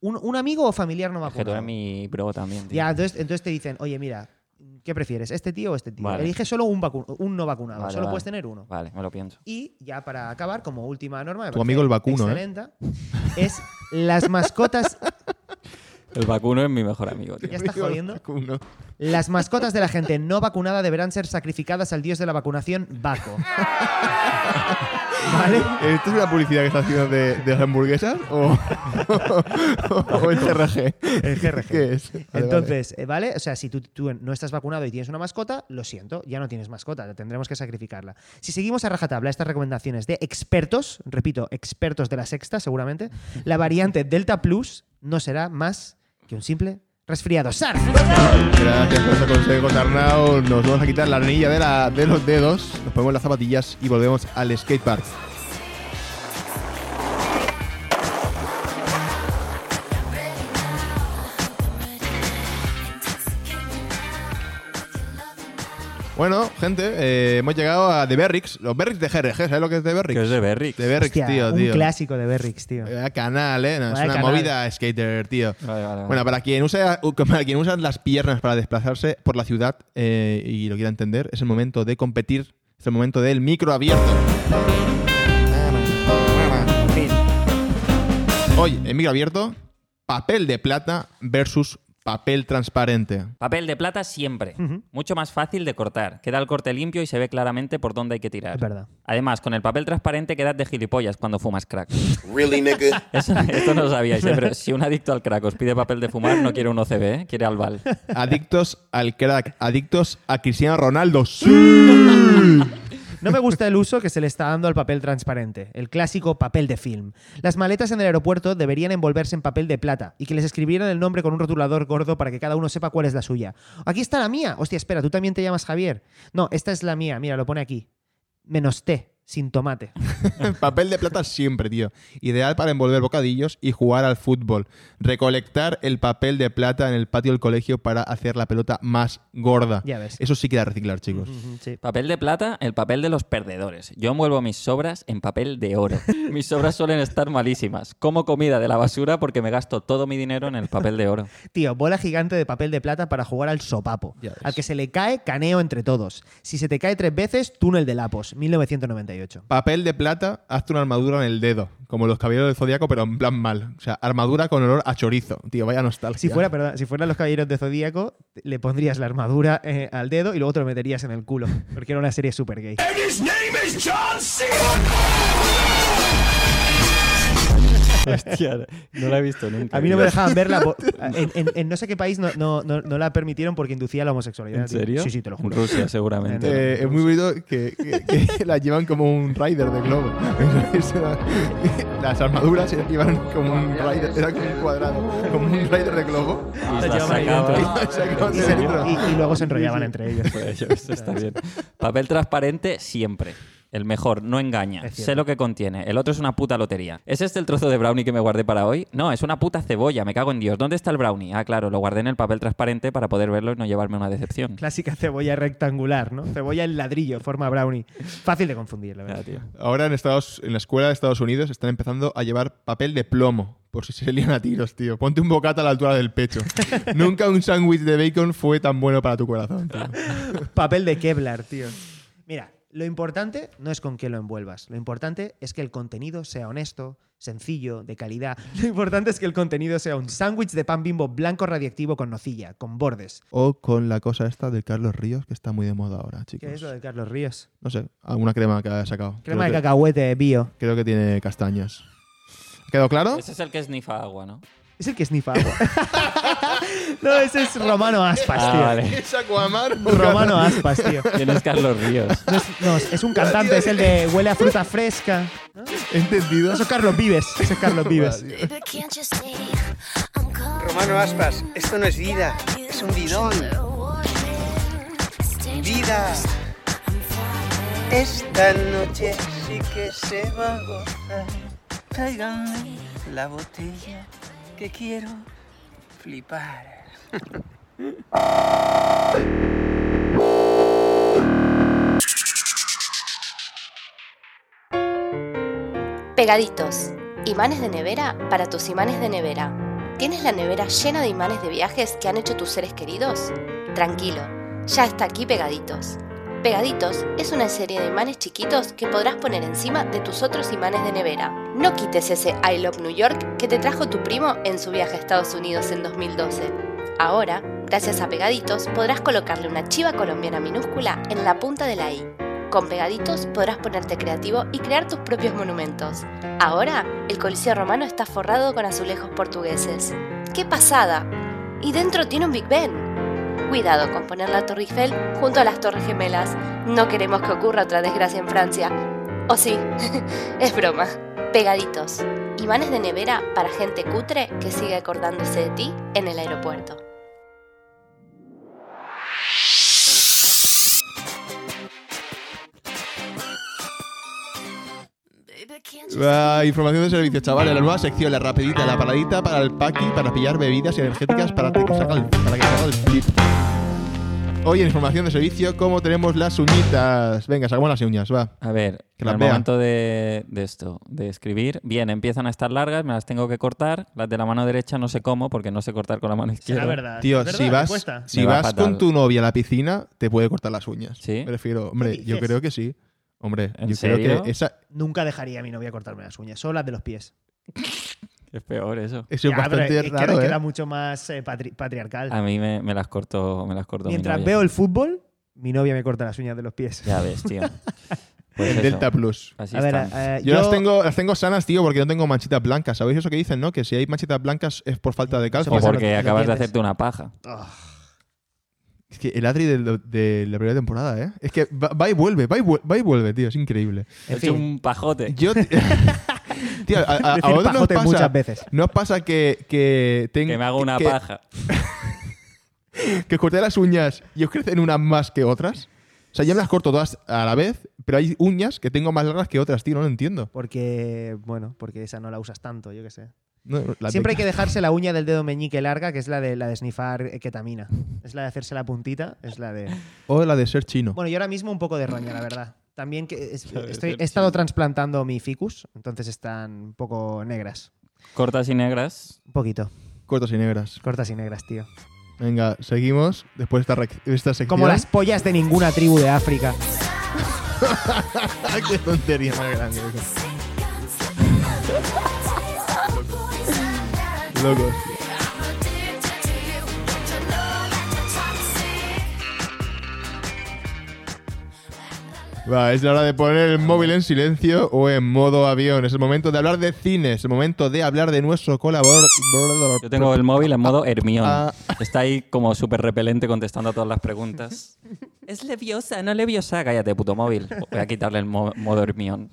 Speaker 2: Un, un amigo o familiar no
Speaker 3: Es que tú
Speaker 2: vacunado.
Speaker 3: eres mi bro también, tío.
Speaker 2: Ya, entonces, entonces te dicen, oye, mira, ¿qué prefieres? ¿Este tío o este tío?
Speaker 3: Vale.
Speaker 2: Elige solo un, vacu- un no vacunado.
Speaker 3: Vale,
Speaker 2: Ah, solo
Speaker 3: vale.
Speaker 2: puedes tener uno.
Speaker 3: Vale, me lo pienso.
Speaker 2: Y ya para acabar, como última norma, me
Speaker 1: Tu
Speaker 2: parece
Speaker 1: amigo el vacuno, ¿eh?
Speaker 2: excelente, es las mascotas.
Speaker 3: El vacuno es mi mejor amigo, tío.
Speaker 2: ya está jodiendo.
Speaker 1: Uno.
Speaker 2: Las mascotas de la gente no vacunada deberán ser sacrificadas al dios de la vacunación, Baco. ¿Vale?
Speaker 1: ¿Esto es una publicidad que está haciendo de, de las hamburguesas o, o el CRG?
Speaker 2: Ah, El GRG.
Speaker 1: ¿Qué es? Vale, vale.
Speaker 2: Entonces, eh, vale. O sea, si tú, tú no estás vacunado y tienes una mascota, lo siento, ya no tienes mascota, tendremos que sacrificarla. Si seguimos a rajatabla estas recomendaciones de expertos, repito, expertos de la sexta seguramente, la variante Delta Plus no será más que un simple resfriado. ¡Sarf!
Speaker 1: Gracias por estos consejos, Arnau. Nos vamos a quitar la anilla de, la- de los dedos, nos ponemos las zapatillas y volvemos al skatepark. Bueno, gente, eh, hemos llegado a The Berrix, los Berrix de GRG, ¿sabes lo que es The Berrix?
Speaker 3: Que es de Berrix.
Speaker 1: The Berrix,
Speaker 2: Hostia,
Speaker 1: tío,
Speaker 2: un
Speaker 1: tío.
Speaker 2: clásico de Berrix, tío.
Speaker 1: Eh, Canal, eh, No, es
Speaker 2: Vaya
Speaker 1: una
Speaker 2: canal.
Speaker 1: movida skater, tío.
Speaker 3: Vale, vale, vale.
Speaker 1: Bueno, para quien usa u- para quien usa las piernas para desplazarse por la ciudad eh, y lo quiera entender, es el momento de competir, es el momento del micro abierto. Hoy, en micro abierto, papel de plata versus papel transparente.
Speaker 3: Papel de plata siempre.
Speaker 2: Ujú.
Speaker 3: Mucho más fácil de cortar. Queda el corte limpio y se ve claramente por dónde hay que tirar.
Speaker 2: Es verdad.
Speaker 3: Además, con el papel transparente quedas de gilipollas cuando fumas crack.
Speaker 4: Really, nigga?
Speaker 3: Eso- esto no lo sabíais, ¿eh? pero si un adicto al crack os pide papel de fumar, no quiere un OCB, ¿eh? quiere albal.
Speaker 1: Adictos al crack, adictos a Cristiano Ronaldo. ¡Sí!
Speaker 2: No me gusta el uso que se le está dando al papel transparente, el clásico papel de film. Las maletas en el aeropuerto deberían envolverse en papel de plata y que les escribieran el nombre con un rotulador gordo para que cada uno sepa cuál es la suya. Aquí está la mía. Hostia, espera, tú también te llamas Javier. No, esta es la mía. Mira, lo pone aquí. Menos T, sin tomate.
Speaker 1: Papel de plata siempre, tío. Ideal para envolver bocadillos y jugar al fútbol. Recolectar el papel de plata en el patio del colegio para hacer la pelota más gorda.
Speaker 2: Ya ves.
Speaker 1: Eso sí queda reciclar, chicos.
Speaker 2: Ujú, sí.
Speaker 3: Papel de plata, el papel de los perdedores. Yo envuelvo mis sobras en papel de oro. Mis sobras suelen estar malísimas. Como comida de la basura porque me gasto todo mi dinero en el papel de oro.
Speaker 2: Tío, bola gigante de papel de plata para jugar al sopapo.
Speaker 1: Ya ves.
Speaker 2: Al que se le cae, caneo entre todos. Si se te cae tres veces, túnel de lapos. 1998.
Speaker 1: Papel de plata, hazte una armadura en el dedo. Como los caballeros del zodiaco, pero en plan mal. O sea, armadura con olor a chorizo. Tío, vaya nostalgia.
Speaker 2: Si fuera, perdón, si fueran los caballeros de Zodíaco, le pondrías la armadura eh, al dedo y luego te lo meterías en el culo. Porque era una serie super gay.
Speaker 3: Hostia, no la he visto nunca.
Speaker 2: A mí no me dejaban verla. po- En, en- en no sé qué país no, no- no- no la permitieron porque inducía a la homosexualidad.
Speaker 3: ¿En
Speaker 2: tío.
Speaker 3: serio?
Speaker 2: Sí, sí, te lo
Speaker 3: En
Speaker 2: juro.
Speaker 3: Rusia, seguramente.
Speaker 2: En-
Speaker 1: Eh, es muy bonito que, que- que la llevan como un rider de globo. Eso era- Las armaduras se llevan como un rider, era como un cuadrado, como un rider de globo.
Speaker 3: Y
Speaker 2: la
Speaker 3: la
Speaker 2: llevaban ahí dentro.
Speaker 3: sacaban.
Speaker 1: O sea, como
Speaker 2: Y,
Speaker 1: de
Speaker 2: se-
Speaker 1: dentro.
Speaker 2: y- y luego se enrollaban entre ellos.
Speaker 3: Pues yo, eso está bien. Papel transparente siempre. El mejor, no engaña.
Speaker 2: Es cierto.
Speaker 3: Sé lo que contiene. El otro es una puta lotería. ¿Es este el trozo de brownie que me guardé para hoy? No, es una puta cebolla, me cago en Dios. ¿Dónde está el brownie? Ah, claro, lo guardé en el papel transparente para poder verlo y no llevarme una decepción.
Speaker 2: Clásica cebolla rectangular, ¿no? Cebolla en ladrillo, forma brownie. Fácil de confundir, la
Speaker 3: Ya,
Speaker 2: verdad.
Speaker 3: tío.
Speaker 1: Ahora en Estados, en la escuela de Estados Unidos están empezando a llevar papel de plomo. Por si se lían a tiros, tío. Ponte un bocata a la altura del pecho. Nunca un sándwich de bacon fue tan bueno para tu corazón, tío.
Speaker 2: Papel de Kevlar, tío. Mira, lo importante no es con qué lo envuelvas. Lo importante es que el contenido sea honesto, sencillo, de calidad. Lo importante es que el contenido sea un sándwich de pan bimbo blanco radiactivo con nocilla, con bordes.
Speaker 1: O con la cosa esta del Carlos Ríos, que está muy de moda ahora, chicos.
Speaker 2: ¿Qué es lo de Carlos Ríos?
Speaker 1: No sé, alguna crema que ha sacado.
Speaker 2: Crema de
Speaker 1: Creo que-
Speaker 2: cacahuete bio.
Speaker 1: Creo que tiene castañas. ¿Quedó claro?
Speaker 3: Ese es el que snifa agua, ¿no?
Speaker 2: Es el que snifa agua. no, ese es Romano Aspas,
Speaker 3: Ah,
Speaker 2: tío.
Speaker 1: Es Aquaman.
Speaker 2: Romano Aspas, tío.
Speaker 3: ¿Quién es Carlos Ríos?
Speaker 2: No es, no, es un cantante, es el de huele a fruta fresca.
Speaker 1: ¿Entendido?
Speaker 2: Eso es Carlos Vives. Eso es Carlos Vives.
Speaker 8: Romano Aspas, esto no es vida, es un bidón.
Speaker 9: Vida.
Speaker 8: Vida. Esta noche sí que se va a gozar. Tráiganme la botella que quiero flipar.
Speaker 9: Pegaditos. Imanes de nevera para tus imanes de nevera. ¿Tienes la nevera llena de imanes de viajes que han hecho tus seres queridos? Tranquilo, ya está aquí Pegaditos. Pegaditos es una serie de imanes chiquitos que podrás poner encima de tus otros imanes de nevera. No quites ese I Love New York que te trajo tu primo en su viaje a Estados Unidos en 2012. Ahora, gracias a Pegaditos, podrás colocarle una chiva colombiana minúscula en la punta de la I. Con Pegaditos podrás ponerte creativo y crear tus propios monumentos. Ahora, el Coliseo Romano está forrado con azulejos portugueses. ¡Qué pasada! Y dentro tiene un Big Ben. Cuidado con poner la Torre Eiffel junto a las Torres Gemelas. No queremos que ocurra otra desgracia en Francia. O sí, es broma. Pegaditos. Imanes de nevera para gente cutre que sigue acordándose de ti en el aeropuerto.
Speaker 1: Ah, información de servicio, chavales. La nueva sección, la rapidita, la paradita para el paqui, para pillar bebidas energéticas para que saca el, para que saca el flip. Hoy en información de servicio, ¿cómo tenemos las uñitas? Venga, sacamos las uñas, va.
Speaker 3: A ver,
Speaker 1: Que
Speaker 3: en
Speaker 1: las
Speaker 3: el
Speaker 1: vea.
Speaker 3: momento de, de esto, de escribir, bien, empiezan a estar largas, me las tengo que cortar. Las de la mano derecha no sé cómo, porque no sé cortar con la mano izquierda.
Speaker 1: Tío, si vas, si
Speaker 3: Me va
Speaker 1: vas
Speaker 3: fatal.
Speaker 1: con tu novia a la piscina, te puede cortar las uñas.
Speaker 3: ¿Sí?
Speaker 1: Me refiero, hombre,
Speaker 2: ¿Qué
Speaker 1: yo
Speaker 2: dices?
Speaker 1: creo que sí. Hombre,
Speaker 3: ¿En
Speaker 1: yo creo
Speaker 3: serio?
Speaker 1: que esa,
Speaker 2: Nunca dejaría a mi novia cortarme las uñas, solo las de los pies.
Speaker 3: Es peor eso.
Speaker 1: eso es
Speaker 2: Ya, pero
Speaker 1: bastante
Speaker 2: es que
Speaker 1: raro, ¿eh?
Speaker 2: queda mucho más eh, patri- patriarcal.
Speaker 3: A mí me, me las corto, me las corto mi
Speaker 2: Mientras
Speaker 3: novia.
Speaker 2: veo el fútbol, mi novia me corta las uñas de los pies.
Speaker 3: Ya ves, tío. Pues
Speaker 1: El
Speaker 3: eso.
Speaker 1: Delta Plus.
Speaker 3: Así
Speaker 2: a ver,
Speaker 3: están.
Speaker 2: eh,
Speaker 1: Yo, las tengo las tengo sanas, tío, porque no tengo manchitas blancas. ¿Sabéis eso que dicen, no? Que si hay manchitas blancas es por falta de
Speaker 2: Eso
Speaker 1: calcio.
Speaker 3: o
Speaker 2: pasa,
Speaker 3: porque
Speaker 2: lo- lo
Speaker 3: acabas de
Speaker 2: pierdes.
Speaker 3: hacerte una paja.
Speaker 2: Ugh.
Speaker 1: Es que el Adri de, lo- de la primera temporada, ¿eh? Es que va, va y vuelve, va y, vuel- va y vuelve, tío. Es increíble.
Speaker 3: He
Speaker 2: En
Speaker 3: hecho
Speaker 2: fin,
Speaker 3: un pajote.
Speaker 1: Yo... tío, a, a- a
Speaker 2: Decir
Speaker 1: vosotros nos
Speaker 2: pajote
Speaker 1: pasa,
Speaker 2: muchas veces.
Speaker 1: ¿No os pasa que, que, ten-
Speaker 3: Que me hago una
Speaker 1: que-
Speaker 3: paja.
Speaker 1: Que os cortáis las uñas y os crecen unas más que otras? O sea, yo me las corto todas a la vez, Pero hay uñas que tengo más largas que otras, tío, no lo entiendo.
Speaker 2: Porque, bueno, porque esa no la usas tanto, yo qué sé.
Speaker 1: No, la-
Speaker 2: Siempre hay que dejarse la uña del dedo meñique larga, que es la de la de snifar eh, ketamina. Es la de hacerse la puntita, es la de.
Speaker 1: O la de ser chino.
Speaker 2: Bueno, yo ahora mismo un poco de roña, la verdad. También que es-
Speaker 3: Debe
Speaker 2: estoy-
Speaker 3: ser
Speaker 2: he estado
Speaker 3: chino.
Speaker 2: trasplantando mi ficus, entonces están un poco negras.
Speaker 3: Cortas y negras.
Speaker 2: Un poquito.
Speaker 1: Cortas y negras.
Speaker 2: Cortas y negras, tío.
Speaker 1: Venga, seguimos. Después de esta, rec- esta sección.
Speaker 2: Como las pollas de ninguna tribu de África.
Speaker 1: ¡Qué tontería más grande! eso. Locos. Va, es la hora de poner el móvil en silencio o en modo avión. Es el momento de hablar de cine. Es el momento de hablar de nuestro colaborador.
Speaker 3: Yo tengo el móvil en modo Hermión.
Speaker 1: Ah.
Speaker 3: Está ahí como súper repelente contestando a todas las preguntas. Es leviosa, no leviosa. Cállate, puto móvil. Voy a quitarle el mo- modo Hermión.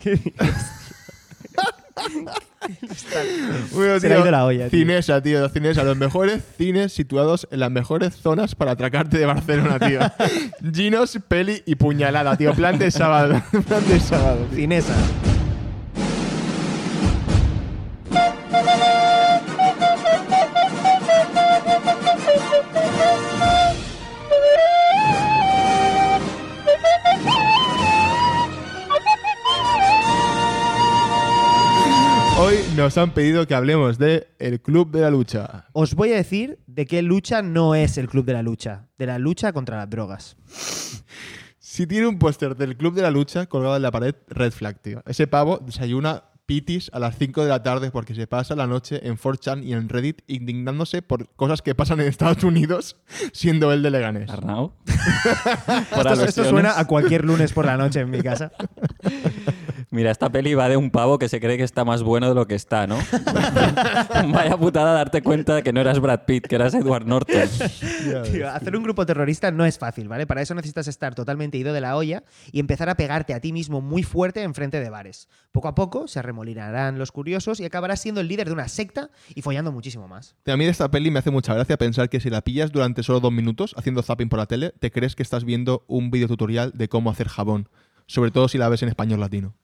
Speaker 1: Bueno,
Speaker 2: Se le ha ido la olla, tío.
Speaker 1: Cinesa, tío. los Cinesa, los mejores cines situados en las mejores zonas para atracarte de Barcelona, tío. Ginos, peli y puñalada, tío. Plan de sábado. Plan de sábado, tío.
Speaker 2: Cinesa.
Speaker 1: Hoy nos han pedido que hablemos de El Club de la Lucha.
Speaker 2: Os voy a decir de qué lucha no es el club de la lucha. De la lucha contra las drogas.
Speaker 1: Si tiene un póster del Club de la Lucha colgado en la pared, red flag, tío. Ese pavo desayuna pitis a las 5 de la tarde porque se pasa la noche en 4chan y en Reddit indignándose por cosas que pasan en Estados Unidos siendo él de Leganés.
Speaker 3: Arnau. Por
Speaker 2: Esto, esto
Speaker 3: alusiones.
Speaker 2: suena a cualquier lunes por la noche en mi casa.
Speaker 3: Mira, esta peli va de un pavo que se cree que está más bueno de lo que está, ¿no? Vaya putada darte cuenta de que no eras Brad Pitt, que eras Edward Norton.
Speaker 1: Ya ves.
Speaker 2: Tío, hacer un grupo terrorista no es fácil, ¿vale? Para eso necesitas estar totalmente ido de la olla y empezar a pegarte a ti mismo muy fuerte enfrente de bares. Poco a poco se arremolinarán los curiosos y acabarás siendo el líder de una secta y follando muchísimo más.
Speaker 1: A mí de esta peli me hace mucha gracia pensar que si la pillas durante solo dos minutos haciendo zapping por la tele, te crees que estás viendo un videotutorial de cómo hacer jabón. Sobre todo si la ves en español latino.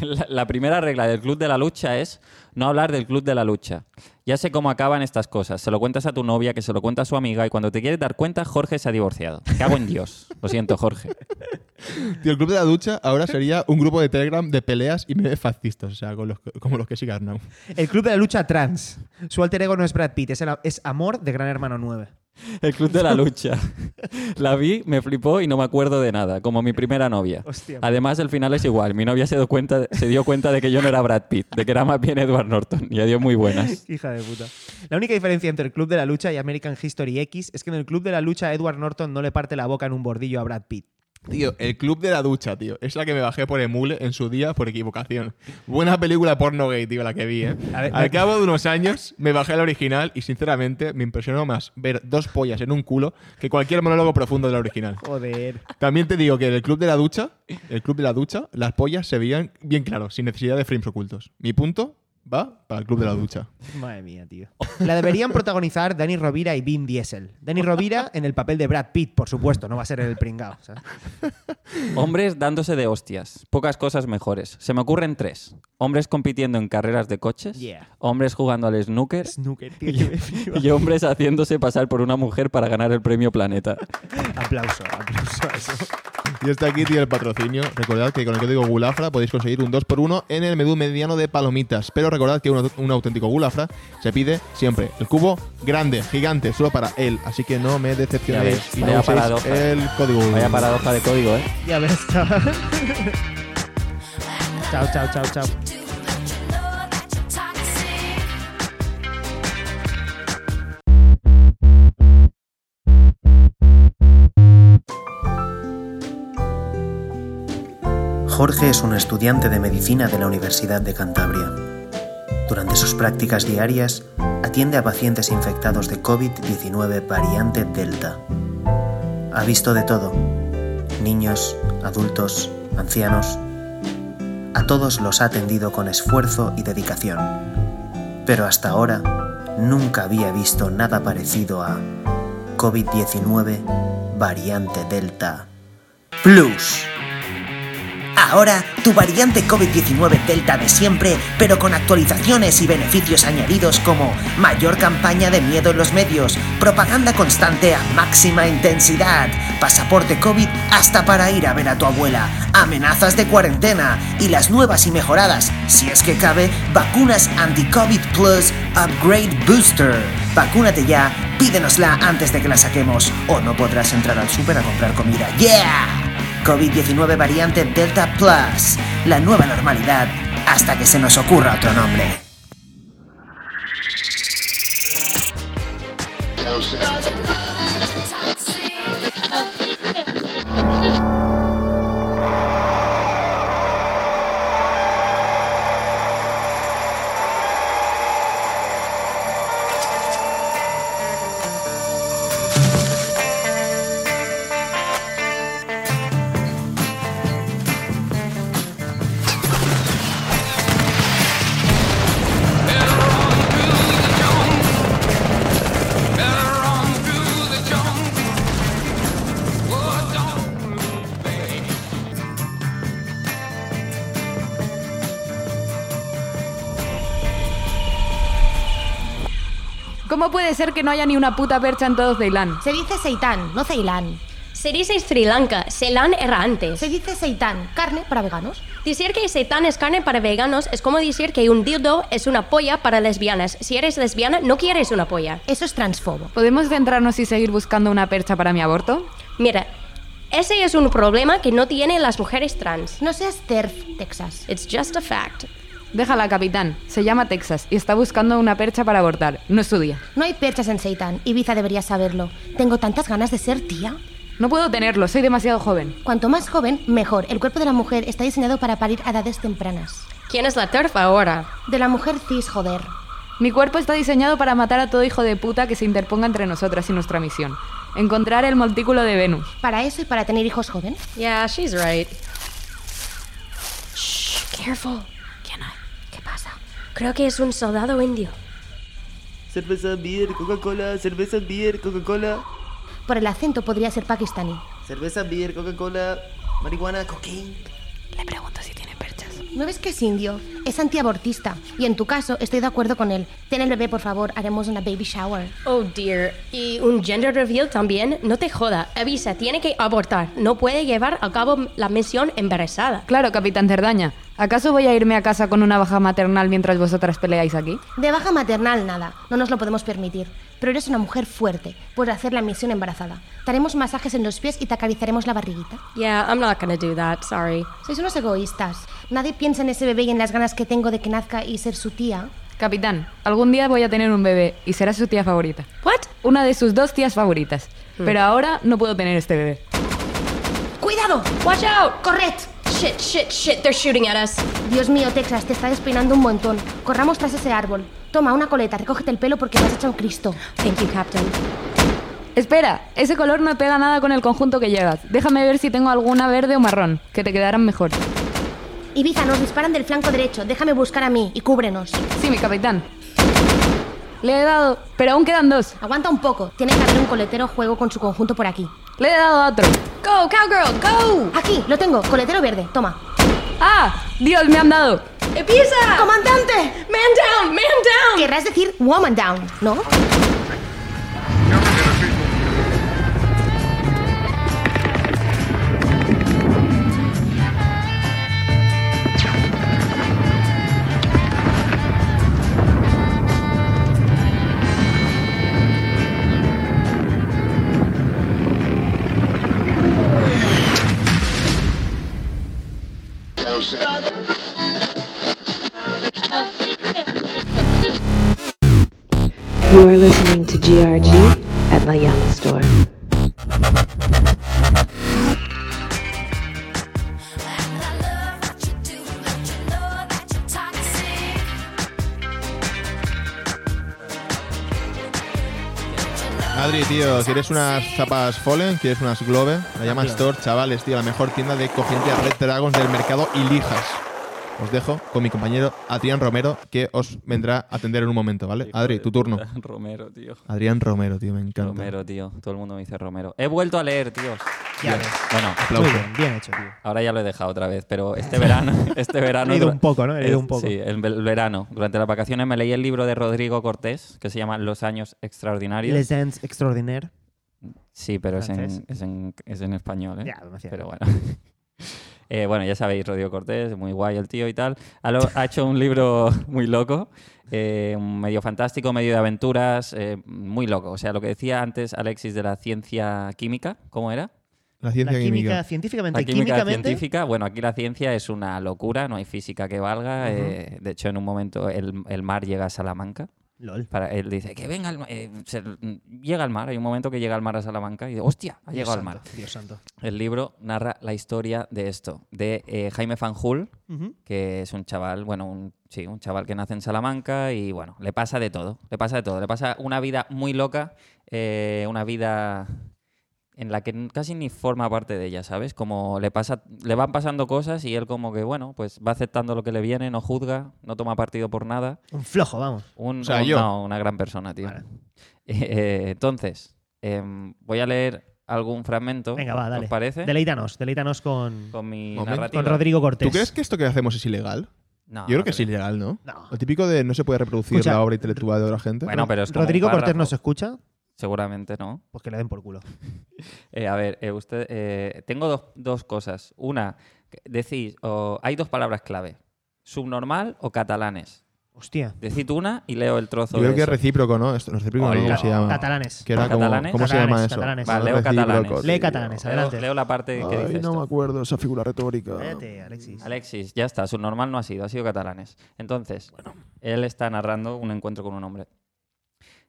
Speaker 3: La, la primera regla del Club de la Lucha es no hablar del Club de la Lucha. Ya sé cómo acaban estas cosas. Se lo cuentas a tu novia, que se lo cuenta a su amiga, y cuando te quieres dar cuenta, Jorge se ha divorciado. Me Cago en Dios. Lo siento, Jorge.
Speaker 1: Tío, el club de la ducha ahora sería un grupo de Telegram de peleas y memes fascistas, o sea, con los, como los que sigue Arnau.
Speaker 2: El club de la lucha trans. Su alter ego no es Brad Pitt, es, el- es Amor de Gran Hermano 9.
Speaker 3: El Club de la Lucha. La vi, me flipó y no me acuerdo de nada, como mi primera novia.
Speaker 2: Hostia.
Speaker 3: Además, el final es igual. Mi novia se dio cuenta, se dio cuenta de que yo no era Brad Pitt, de que era más bien Edward Norton. Y dio muy buenas.
Speaker 2: Hija de puta. La única diferencia entre el Club de la Lucha y American History X es que en el Club de la Lucha Edward Norton no le parte la boca en un bordillo a Brad Pitt.
Speaker 1: Tío, el club de la ducha, tío. Es la que me bajé por emule en su día por equivocación. Buena película porno gay, tío, la que vi, ¿eh?
Speaker 2: A ver,
Speaker 1: Al
Speaker 2: me-
Speaker 1: cabo de unos años me bajé al original y sinceramente me impresionó más ver dos pollas en un culo que cualquier monólogo profundo del original.
Speaker 2: Joder.
Speaker 1: También te digo que en el club de la ducha, el club de la ducha, las pollas se veían bien claro, sin necesidad de frames ocultos. Mi punto va para el club de la ducha.
Speaker 2: Madre mía, tío. La deberían protagonizar Danny Rovira y Vin Diesel. Danny Rovira en el papel de Brad Pitt, por supuesto, no va a ser el pringao. ¿sabes?
Speaker 3: Hombres dándose de hostias. Pocas cosas mejores. Se me ocurren tres. Hombres compitiendo en carreras de coches.
Speaker 2: Yeah.
Speaker 3: Hombres jugando al snooker.
Speaker 2: Snooker, tío. que me flipa.
Speaker 3: Y hombres haciéndose pasar por una mujer para ganar el premio Planeta.
Speaker 2: aplauso, aplauso a eso.
Speaker 1: Y hasta aquí, tío, el patrocinio. Recordad que con el código Gulafra podéis conseguir un 2x1 en el menú mediano de palomitas. Pero recordad que un, un auténtico Gulafra se pide siempre el cubo grande, gigante, solo para él. Así que no me
Speaker 3: Ya
Speaker 1: decepcionéis
Speaker 3: ves,
Speaker 1: y no
Speaker 3: vaya
Speaker 1: uséis
Speaker 3: paradoja.
Speaker 1: el código.
Speaker 3: Vaya paradoja de código, ¿eh?
Speaker 2: Ya ves, chaval. chao, chao, chao, chao.
Speaker 10: Jorge es un estudiante de medicina de la Universidad de Cantabria. Durante sus prácticas diarias, atiende a pacientes infectados de COVID-19 variante Delta. Ha visto de todo, niños, adultos, ancianos. A todos los ha atendido con esfuerzo y dedicación. Pero hasta ahora, nunca había visto nada parecido a COVID-19 variante Delta Plus.
Speaker 2: Ahora, tu variante COVID-19 Delta de siempre, pero con actualizaciones y beneficios añadidos como mayor campaña de miedo en los medios, propaganda constante a máxima intensidad, pasaporte COVID hasta para ir a ver a tu abuela, amenazas de cuarentena y las nuevas y mejoradas, si es que cabe, vacunas anti-COVID Plus Upgrade Booster. Vacúnate ya, pídenosla antes de que la saquemos o no podrás entrar al súper a comprar comida. ¡Yeah! COVID-19 variante Delta Plus, la nueva normalidad hasta que se nos ocurra otro nombre.
Speaker 11: ¿Cómo puede ser que no haya ni una puta percha en todo Ceilán?
Speaker 12: Se dice seitán, no ceilán. Se dice Sri Lanka, Ceilán errante. Se dice seitán, carne para veganos. Decir que seitán es carne para veganos es como decir que un dildo es una polla para lesbianas. Si eres lesbiana, no quieres una polla. Eso es transfobo.
Speaker 11: ¿Podemos centrarnos y seguir buscando una percha para mi aborto?
Speaker 12: Mira, ese es un problema que no tienen las mujeres trans. No seas TERF, Texas. It's just a fact.
Speaker 11: Déjala, capitán. Se llama Texas y está buscando una percha para abortar. No es su día.
Speaker 12: No hay perchas en Seitan. Ibiza debería saberlo. Tengo tantas ganas de ser tía.
Speaker 11: No puedo tenerlo, soy demasiado joven.
Speaker 12: Cuanto más joven, mejor. El cuerpo de la mujer está diseñado para parir a edades tempranas. ¿Quién es la terfa ahora? De la mujer cis, joder.
Speaker 11: Mi cuerpo está diseñado para matar a todo hijo de puta que se interponga entre nosotras y nuestra misión. Encontrar el montículo de Venus.
Speaker 12: ¿Para eso y para tener hijos jóvenes? Yeah, she's right.
Speaker 13: Careful.
Speaker 12: ¿Qué pasa? Creo que es un soldado indio.
Speaker 4: Cerveza Beer, Coca-Cola, cerveza Beer, Coca-Cola.
Speaker 12: Por el acento podría ser pakistaní.
Speaker 4: Cerveza Beer, Coca-Cola, marihuana, cocaine.
Speaker 13: Le pregunto si tiene perchas.
Speaker 12: ¿No ves que es indio? Es antiabortista. Y en tu caso, estoy de acuerdo con él. Ten el bebé, por favor. Haremos una baby shower.
Speaker 13: Oh dear.
Speaker 12: ¿Y un gender reveal también? No te joda. Avisa, tiene que abortar. No puede llevar a cabo la misión embarazada.
Speaker 11: Claro, capitán Cerdaña. ¿Acaso voy a irme a casa con una baja maternal mientras vosotras peleáis aquí?
Speaker 12: De baja maternal nada, no nos lo podemos permitir. Pero eres una mujer fuerte, puedes hacer la misión embarazada. Te haremos masajes en los pies y te acariciaremos la barriguita.
Speaker 13: Yeah, I'm not gonna do that, sorry.
Speaker 12: Sois unos egoístas. Nadie piensa en ese bebé y en las ganas que tengo de que nazca y ser su tía.
Speaker 11: Capitán, algún día voy a tener un bebé y será su tía favorita.
Speaker 12: ¿What?
Speaker 11: Una de sus dos tías favoritas.
Speaker 12: Hmm.
Speaker 11: Pero ahora no puedo tener este bebé.
Speaker 12: ¡Cuidado! ¡Watch out! ¡Corred! Shit, shit, shit, they're shooting at us. Dios mío, Texas, te está despeinando un montón. Corramos tras ese árbol. Toma una coleta, recógete el pelo porque me has hecho un Cristo. Thank you, Captain.
Speaker 11: Espera, ese color no pega nada con el conjunto que llevas. Déjame ver si tengo alguna verde o marrón, que te quedarán mejor.
Speaker 12: Ibiza, nos disparan del flanco derecho. Déjame buscar a mí y cúbrenos.
Speaker 11: Sí, mi capitán. Le he dado, pero aún quedan dos.
Speaker 12: Aguanta un poco. Tiene que haber un coletero juego con su conjunto por aquí.
Speaker 11: Le he dado a otro.
Speaker 12: ¡Go, cowgirl, go! Aquí, lo tengo. Coletero verde. Toma.
Speaker 11: ¡Ah! Dios, me han dado.
Speaker 12: ¡Empieza! ¡Comandante! ¡Man down! ¡Man down! Querrás decir woman down, ¿no?
Speaker 14: You're listening to GRG at La Young Store.
Speaker 1: Adri, tío, ¿quieres unas zapas Fallen? ¿Quieres unas Globe? La llama
Speaker 15: Globe.
Speaker 1: Store, chavales, tío, la mejor tienda de cogiente a Red Dragons del mercado y lijas. Os dejo con mi compañero Adrián Romero, que os vendrá a atender en un momento, ¿vale? Adri, tu turno.
Speaker 3: Romero, tío.
Speaker 1: Adrián Romero, tío, me encanta.
Speaker 3: Romero, tío. Todo el mundo me dice Romero. He vuelto a leer, tíos.
Speaker 2: Ya
Speaker 3: Bien.
Speaker 2: ves.
Speaker 3: Bueno,
Speaker 2: Muy bien, bien hecho, tío.
Speaker 3: Ahora ya lo he dejado otra vez, pero este verano. Este verano
Speaker 2: He ido un poco, ¿no? He ido
Speaker 3: es-
Speaker 2: un poco.
Speaker 3: Sí, el, ve- el verano. Durante las vacaciones me leí el libro de Rodrigo Cortés que se llama Los años extraordinarios.
Speaker 2: Les Dents Extraordinaire.
Speaker 3: Sí, pero es
Speaker 2: Francés.
Speaker 3: en, es, en, es en español, ¿eh?
Speaker 2: Ya, demasiado.
Speaker 3: Pero bueno. Eh, bueno, ya sabéis, Rodrigo Cortés, muy guay el tío y tal. Ha, lo- ha hecho un libro muy loco, eh, medio fantástico, medio de aventuras, eh, muy loco. O sea, lo que decía antes Alexis de la ciencia química, ¿cómo era?
Speaker 1: La ciencia
Speaker 2: La
Speaker 1: química.
Speaker 2: química científicamente,
Speaker 3: La química
Speaker 2: químicamente.
Speaker 3: científica, bueno, aquí la ciencia es una locura, no hay física que valga.
Speaker 2: Ujú.
Speaker 3: eh, de hecho, en un momento el, el mar llega a Salamanca.
Speaker 2: Lol.
Speaker 3: Para, él dice que venga al ma- eh, se- llega al mar. Hay un momento que llega al mar a Salamanca y dice, hostia, ha
Speaker 2: Dios
Speaker 3: llegado al
Speaker 2: santo,
Speaker 3: mar.
Speaker 2: Dios santo.
Speaker 3: El libro narra la historia de esto, de eh, Jaime Fanjul,
Speaker 2: Ujú.
Speaker 3: que es un chaval, bueno, un, sí, un chaval que nace en Salamanca y bueno, le pasa de todo, le pasa de todo, le pasa una vida muy loca, eh, una vida en la que n- casi ni forma parte de ella, ¿sabes? Como le pasa, le van pasando cosas y él como que bueno, pues va aceptando lo que le viene, no juzga, no toma partido por nada.
Speaker 2: Un flojo, vamos.
Speaker 3: Un,
Speaker 2: O sea,
Speaker 3: un-
Speaker 2: yo.
Speaker 3: no, una gran persona, tío. Eh, entonces, em, voy a leer algún fragmento.
Speaker 2: Venga, va, dale.
Speaker 3: ¿Os parece?
Speaker 2: Deleítanos, deleítanos con,
Speaker 3: Con mi
Speaker 1: Momento.
Speaker 3: narrativa.
Speaker 2: Con Rodrigo Cortés.
Speaker 1: ¿Tú crees que esto que hacemos es ilegal?
Speaker 3: No,
Speaker 1: Yo creo
Speaker 3: no
Speaker 1: que es
Speaker 3: creo.
Speaker 1: ilegal, ¿no?
Speaker 2: No.
Speaker 1: Lo típico de no se puede reproducir
Speaker 2: Escucha,
Speaker 1: la obra intelectual de otra gente.
Speaker 3: Bueno, pero es como
Speaker 2: ¿Rodrigo
Speaker 3: un
Speaker 2: Cortés
Speaker 3: párrafo.
Speaker 2: nos escucha?
Speaker 3: Seguramente no.
Speaker 2: Pues que le den por culo.
Speaker 3: Eh, a ver, eh, usted, eh, tengo dos, dos cosas. Una, que decís, o- hay dos palabras clave: subnormal o catalanes.
Speaker 2: Hostia.
Speaker 3: Decid una y leo el trozo.
Speaker 1: Yo creo
Speaker 3: de
Speaker 1: que es
Speaker 3: eso.
Speaker 1: recíproco, ¿no? Esto, no es recíproco, ¿no? ¿Cómo
Speaker 3: Hola.
Speaker 1: se llama?
Speaker 2: Catalanes.
Speaker 1: Que era como-
Speaker 3: ¿Catalanes?
Speaker 1: ¿Cómo se llama
Speaker 2: Catalanes,
Speaker 1: eso?
Speaker 2: catalanes.
Speaker 3: Vale, leo
Speaker 1: Recíproco.
Speaker 3: catalanes.
Speaker 2: Lee catalanes,
Speaker 3: Leo-
Speaker 2: adelante.
Speaker 3: Leo, la parte que dice esto.
Speaker 1: me acuerdo esa figura retórica.
Speaker 2: Cállate, Alexis.
Speaker 3: Alexis, ya está, su normal no ha sido, ha sido catalanes. Entonces, él está narrando un encuentro con un hombre.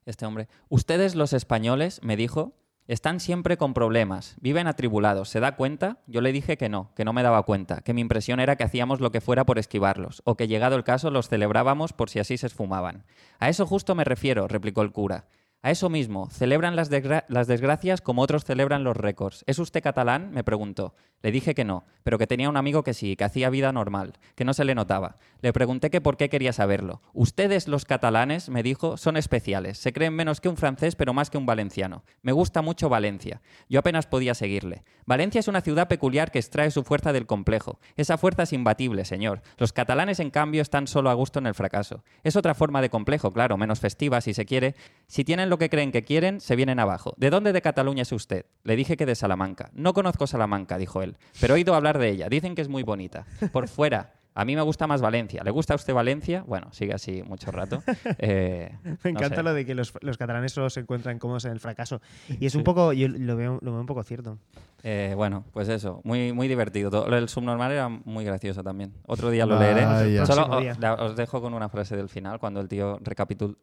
Speaker 3: Este hombre, ustedes los españoles, me dijo, están siempre con problemas, viven atribulados, ¿se da cuenta? Yo le dije que no, que no me daba cuenta, que mi impresión era que hacíamos lo que fuera por esquivarlos, o que llegado el caso los celebrábamos por si así se esfumaban. A eso justo me refiero, replicó el cura. A eso mismo, celebran las, desgra- las desgracias como otros celebran los récords. ¿Es usted catalán? me preguntó. Le dije que no, pero que tenía un amigo que sí, que hacía vida normal, que no se le notaba. Le pregunté que por qué quería saberlo. Ustedes, los catalanes, me dijo, son especiales. Se creen menos que un francés, pero más que un valenciano. Me gusta mucho Valencia. Yo apenas podía seguirle. Valencia es una ciudad peculiar que extrae su fuerza del complejo. Esa fuerza es imbatible, señor. Los catalanes, en cambio, están solo a gusto en el fracaso. Es otra forma de complejo, claro, menos festiva, si se quiere. Si tienen lo que creen que quieren, se vienen abajo. ¿De dónde de Cataluña es usted? Le dije que de Salamanca. No conozco Salamanca, dijo él, pero he oído hablar de ella. Dicen que es muy bonita. Por fuera. A mí me gusta más Valencia. ¿Le gusta a usted Valencia? Bueno, sigue así mucho rato. Eh,
Speaker 2: Me
Speaker 3: no
Speaker 2: encanta
Speaker 3: sé.
Speaker 2: lo de que los, los catalanes solo se encuentran cómodos en el fracaso. Y es un poco, yo lo veo, lo veo un poco cierto.
Speaker 3: Eh, bueno, pues eso, muy, muy divertido. Todo- El subnormal era muy gracioso también. Otro día lo leeré.
Speaker 1: Vaya.
Speaker 3: Solo
Speaker 2: Próximo
Speaker 3: o-
Speaker 2: día.
Speaker 3: la- os dejo con una frase del final, cuando el tío recapitu-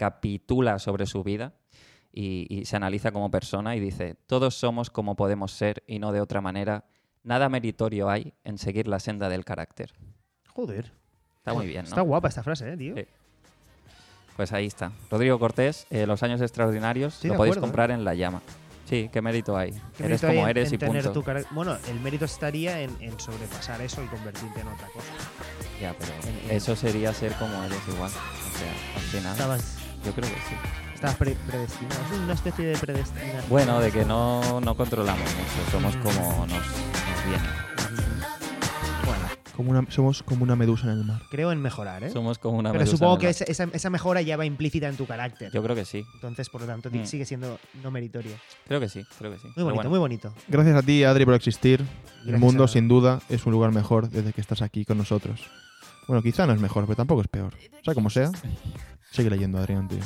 Speaker 3: recapitula sobre su vida y, y se analiza como persona y dice, todos somos como podemos ser y no de otra manera. Nada meritorio hay en seguir la senda del carácter.
Speaker 2: Joder.
Speaker 3: Está muy bien, ¿no?
Speaker 2: Está guapa esta frase, eh, tío.
Speaker 3: Sí. Pues ahí está. Rodrigo Cortés, eh, Los años extraordinarios,
Speaker 2: Estoy
Speaker 3: lo
Speaker 2: de
Speaker 3: podéis
Speaker 2: acuerdo, ¿eh?
Speaker 3: comprar en La Llama. Sí, qué mérito hay.
Speaker 2: ¿Qué
Speaker 3: eres
Speaker 2: mérito hay
Speaker 3: como
Speaker 2: en-
Speaker 3: eres
Speaker 2: en
Speaker 3: y
Speaker 2: tener
Speaker 3: punto.
Speaker 2: tu cara- bueno, el mérito estaría en, en sobrepasar eso y convertirte en otra cosa.
Speaker 3: Ya, pero
Speaker 2: Entiendo.
Speaker 3: eso sería ser como eres igual. O sea, al final.
Speaker 2: Estabas-
Speaker 3: Yo creo que sí.
Speaker 2: Estabas pre- predestinado. Es una especie de predestinación.
Speaker 3: Bueno, de que no, no controlamos mucho, somos como nos, nos viene.
Speaker 2: Bueno,
Speaker 1: Como una- somos como una medusa en el mar.
Speaker 2: creo en mejorar, ¿eh?
Speaker 3: Somos como una
Speaker 2: Pero
Speaker 3: medusa
Speaker 2: supongo
Speaker 3: en el
Speaker 2: que
Speaker 3: mar.
Speaker 2: esa, esa- esa mejora ya va implícita en tu carácter.
Speaker 3: Yo creo que sí,
Speaker 2: Entonces, por lo tanto,
Speaker 3: Mm.
Speaker 2: sigue siendo no meritorio.
Speaker 3: creo que sí, creo que sí.
Speaker 2: Muy
Speaker 3: Pero
Speaker 2: bonito,
Speaker 3: bueno.
Speaker 2: muy bonito.
Speaker 1: Gracias a ti, Adri, por existir. el
Speaker 2: Gracias
Speaker 1: mundo,
Speaker 2: a-
Speaker 1: sin duda, es un lugar mejor desde que estás aquí con nosotros. Bueno, quizá no es mejor, pero tampoco es peor. Sea como sea, sigue leyendo, Adrián, tío.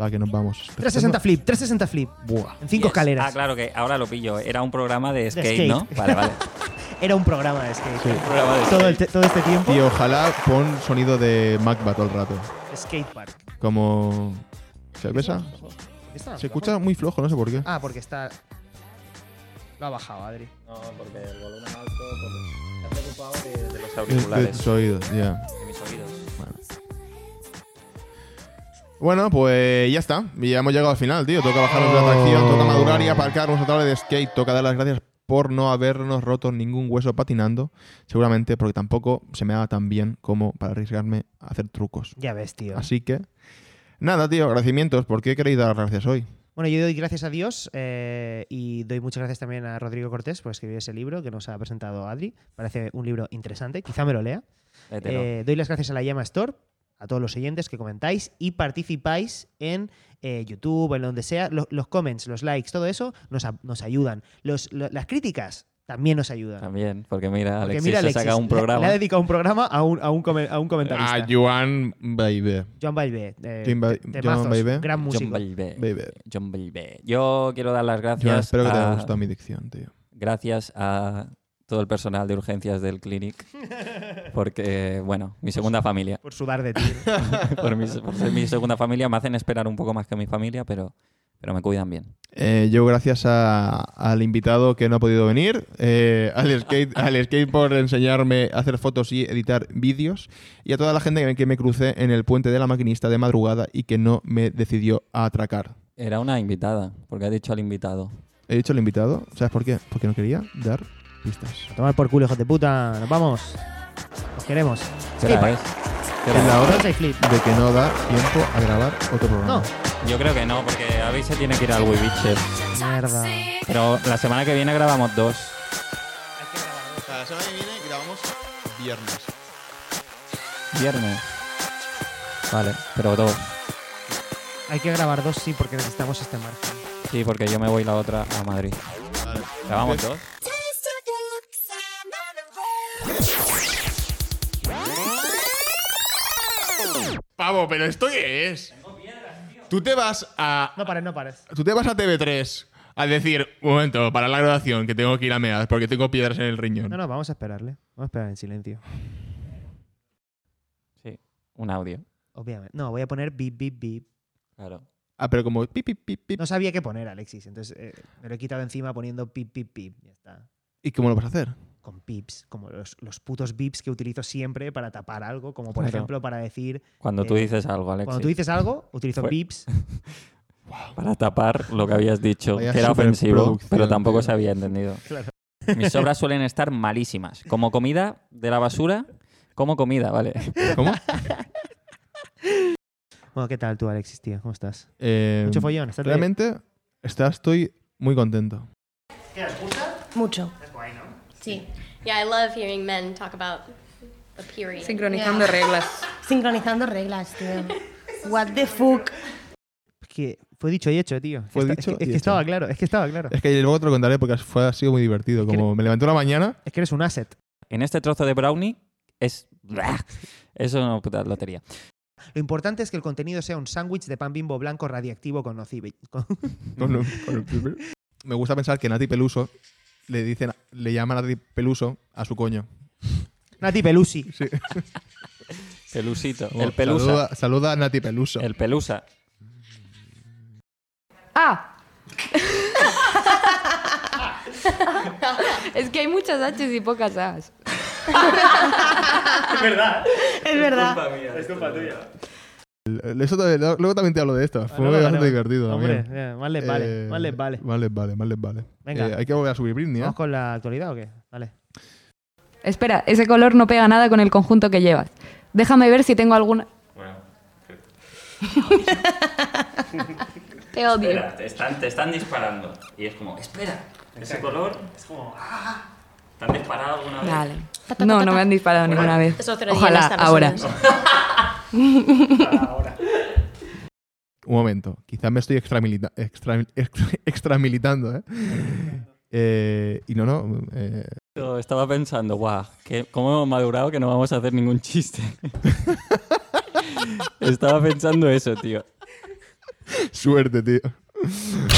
Speaker 1: Va, que nos vamos.
Speaker 2: 360 flip, 360 flip.
Speaker 1: Buah.
Speaker 2: En cinco
Speaker 3: Yes.
Speaker 2: escaleras.
Speaker 3: Ah, claro que ahora lo pillo. Era un programa de skate,
Speaker 2: skate.
Speaker 3: ¿no? Vale, vale.
Speaker 2: Era un programa de skate.
Speaker 1: Sí. Un
Speaker 3: programa de
Speaker 2: todo, el te- todo este tiempo.
Speaker 1: Tío, ojalá pon sonido de Macba todo el rato.
Speaker 2: Skate park.
Speaker 1: Como... ¿Cerveza?
Speaker 2: ¿Está
Speaker 1: Se escucha muy flojo, no sé por qué.
Speaker 2: Ah, porque está. Lo ha bajado, Adri.
Speaker 3: No, porque el volumen alto. Porque... Está preocupado de, de los
Speaker 1: Es de
Speaker 3: auriculares.
Speaker 1: tus oídos, ya.
Speaker 3: De mis oídos.
Speaker 1: Bueno, pues ya está. Ya hemos llegado al final, tío. Toca bajarnos de la atracción,
Speaker 2: Oh.
Speaker 1: toca madurar y aparcar nuestra tabla de skate. Toca dar las gracias por no habernos roto ningún hueso patinando. Seguramente porque tampoco se me da tan bien como para arriesgarme a hacer trucos.
Speaker 2: Ya ves, tío.
Speaker 1: Así que, nada, tío, agradecimientos. ¿Por qué queréis dar las gracias hoy?
Speaker 2: Bueno, yo doy gracias a Dios eh, y doy muchas gracias también a Rodrigo Cortés por escribir ese libro que nos ha presentado Adri. Parece un libro interesante, quizá me lo lea.
Speaker 3: Léetelo.
Speaker 2: Eh, doy las gracias a la Llama Store, a todos los oyentes que comentáis y participáis en eh, YouTube, en donde sea. Lo- los comments, los likes, todo eso nos, a- nos ayudan. Los- lo- las críticas también nos ayudan.
Speaker 3: También, porque mira,
Speaker 2: Porque
Speaker 3: Alexis
Speaker 2: mira,
Speaker 3: se saca
Speaker 2: Alexis,
Speaker 3: un
Speaker 2: le-
Speaker 3: programa.
Speaker 2: Le, ha dedicado un programa a un, a un, come- a un comentarista.
Speaker 1: A Joan Baibé.
Speaker 2: John Baibé. eh,
Speaker 1: John Ba-
Speaker 2: temazos,
Speaker 1: John Baibé.
Speaker 2: Gran músico.
Speaker 3: John Bailey. John Bailey. Yo quiero dar las gracias.
Speaker 1: Joan, espero que te haya
Speaker 3: a-
Speaker 1: gustado mi dicción, tío.
Speaker 3: Gracias a todo el personal de urgencias del clinic. Porque, bueno, mi segunda familia.
Speaker 2: Por sudar de ti.
Speaker 3: por, mi, por ser mi segunda familia. Me hacen esperar un poco más que mi familia, pero, pero me cuidan bien.
Speaker 1: Eh, yo gracias a- al invitado que no ha podido venir, eh, al, skate, al skate por enseñarme a hacer fotos y editar vídeos, y a toda la gente que me crucé en el puente de la maquinista de madrugada y que no me decidió a atracar.
Speaker 3: Era una invitada, porque ha dicho al invitado.
Speaker 1: He dicho al invitado, ¿sabes por qué? Porque no quería dar pistas.
Speaker 2: A tomar por culo, hijos de puta. Nos vamos. Os queremos.
Speaker 1: ¿Qué hora
Speaker 2: Flipa.
Speaker 1: es? ¿Qué hora es?
Speaker 2: la hora flip.
Speaker 1: De que no da tiempo a grabar otro programa.
Speaker 2: No.
Speaker 3: Yo creo que no, porque Avi se tiene que ir al Wibiches.
Speaker 2: Mierda.
Speaker 3: Pero la semana que viene grabamos dos.
Speaker 1: La semana que viene grabamos viernes.
Speaker 3: Viernes. Vale, pero dos.
Speaker 2: Hay que grabar dos, sí, porque necesitamos este margen.
Speaker 3: Sí, porque yo me voy la otra a Madrid. Grabamos dos.
Speaker 1: Pavo, pero esto qué es? Tú te vas a.
Speaker 2: No pares, no pares.
Speaker 1: Tú te vas a TV3 a decir, un momento, para la graduación, que tengo que ir a meas porque tengo piedras en el riñón.
Speaker 2: No, no, vamos a esperarle. Vamos a esperar en silencio.
Speaker 3: Un audio.
Speaker 2: Obviamente. No, voy a poner bip, bip, bip.
Speaker 3: Claro.
Speaker 1: Ah, pero como pip, pip, pip, pip.
Speaker 2: No sabía qué poner, Alexis. Entonces eh, me lo he quitado encima poniendo pip, pip, pip. Ya está.
Speaker 1: ¿Y cómo lo vas a hacer?
Speaker 2: Con pips. Como los, los putos bips que utilizo siempre para tapar algo. Como por
Speaker 3: Claro.
Speaker 2: ejemplo para decir.
Speaker 3: Cuando tú
Speaker 2: eh,
Speaker 3: dices algo, Alexis.
Speaker 2: Cuando tú dices algo, utilizo
Speaker 3: Fue-
Speaker 2: bips.
Speaker 3: Para tapar lo que habías dicho,
Speaker 1: Vaya
Speaker 3: que era ofensivo,
Speaker 1: superproducción,
Speaker 3: pero tampoco
Speaker 1: tío.
Speaker 3: se había entendido.
Speaker 2: Claro.
Speaker 3: Mis obras suelen estar malísimas. Como comida de la basura, como comida, ¿vale?
Speaker 1: ¿Cómo?
Speaker 2: Bueno, ¿qué tal tú, Alexis, tío? ¿Cómo estás?
Speaker 1: Eh,
Speaker 2: Mucho follón, estás de-
Speaker 1: Realmente está, estoy muy contento.
Speaker 16: Mucho.
Speaker 12: Sí. Yeah, I love hearing men talk about the period.
Speaker 11: Sincronizando
Speaker 12: Yeah.
Speaker 11: reglas.
Speaker 12: Sincronizando reglas, tío.
Speaker 16: What the fuck?
Speaker 2: Es que fue dicho y hecho, tío.
Speaker 1: Fue
Speaker 2: Está-
Speaker 1: dicho
Speaker 2: es que,
Speaker 1: y
Speaker 2: es que
Speaker 1: hecho.
Speaker 2: estaba claro, es que estaba claro.
Speaker 1: Es que luego te lo contaré porque fue, ha sido muy divertido. Como me levanté una mañana.
Speaker 2: Es que eres un asset.
Speaker 3: En este trozo de brownie es... Eso es una puta lotería.
Speaker 2: Lo importante es que el contenido sea un sándwich de pan bimbo blanco radiactivo con nocive. con-
Speaker 1: con lo- con lo primero. me gusta pensar que Nati Peluso le dicen, le llama Nati Peluso a su coño.
Speaker 2: Nati Pelusi.
Speaker 3: Pelusito. El pelusa.
Speaker 1: Oh, Saluda, saluda a Nati Peluso.
Speaker 3: El pelusa.
Speaker 11: Ah. es que hay muchas H's y pocas A's.
Speaker 2: Es verdad.
Speaker 11: Es verdad.
Speaker 2: Es culpa tuya.
Speaker 1: El- eso te- lo- luego también te hablo de esto. Fue
Speaker 2: Ah, no,
Speaker 1: bastante
Speaker 2: vale,
Speaker 1: divertido.
Speaker 2: hombre,
Speaker 1: también.
Speaker 2: ya, más les vale, más les vale.
Speaker 1: Más les vale, más les vale.
Speaker 2: Venga.
Speaker 1: Eh, hay que volver a subir Britney, ¿eh?
Speaker 2: ¿Vamos con la actualidad o qué? Vale.
Speaker 11: Espera, ese color no pega nada con el conjunto que llevas. Déjame ver si tengo alguna. Te odio.
Speaker 3: Espera, te están, te están disparando. Y es como, espera, ese color es como... "Ah". ¿Te han disparado alguna vez?
Speaker 11: Vale. No, no me han disparado ninguna vez.
Speaker 12: Eso te lo digo en
Speaker 11: Ojalá
Speaker 12: las Estados
Speaker 11: ahora.
Speaker 12: Unidos.
Speaker 1: Un momento. Quizás me estoy extramilita- extra- extra- extramilitando, ¿eh? Eh, y no, no. eh,
Speaker 3: Yo estaba pensando, guau, que ¿cómo hemos madurado que no vamos a hacer ningún chiste? estaba pensando eso, tío.
Speaker 1: suerte, tío.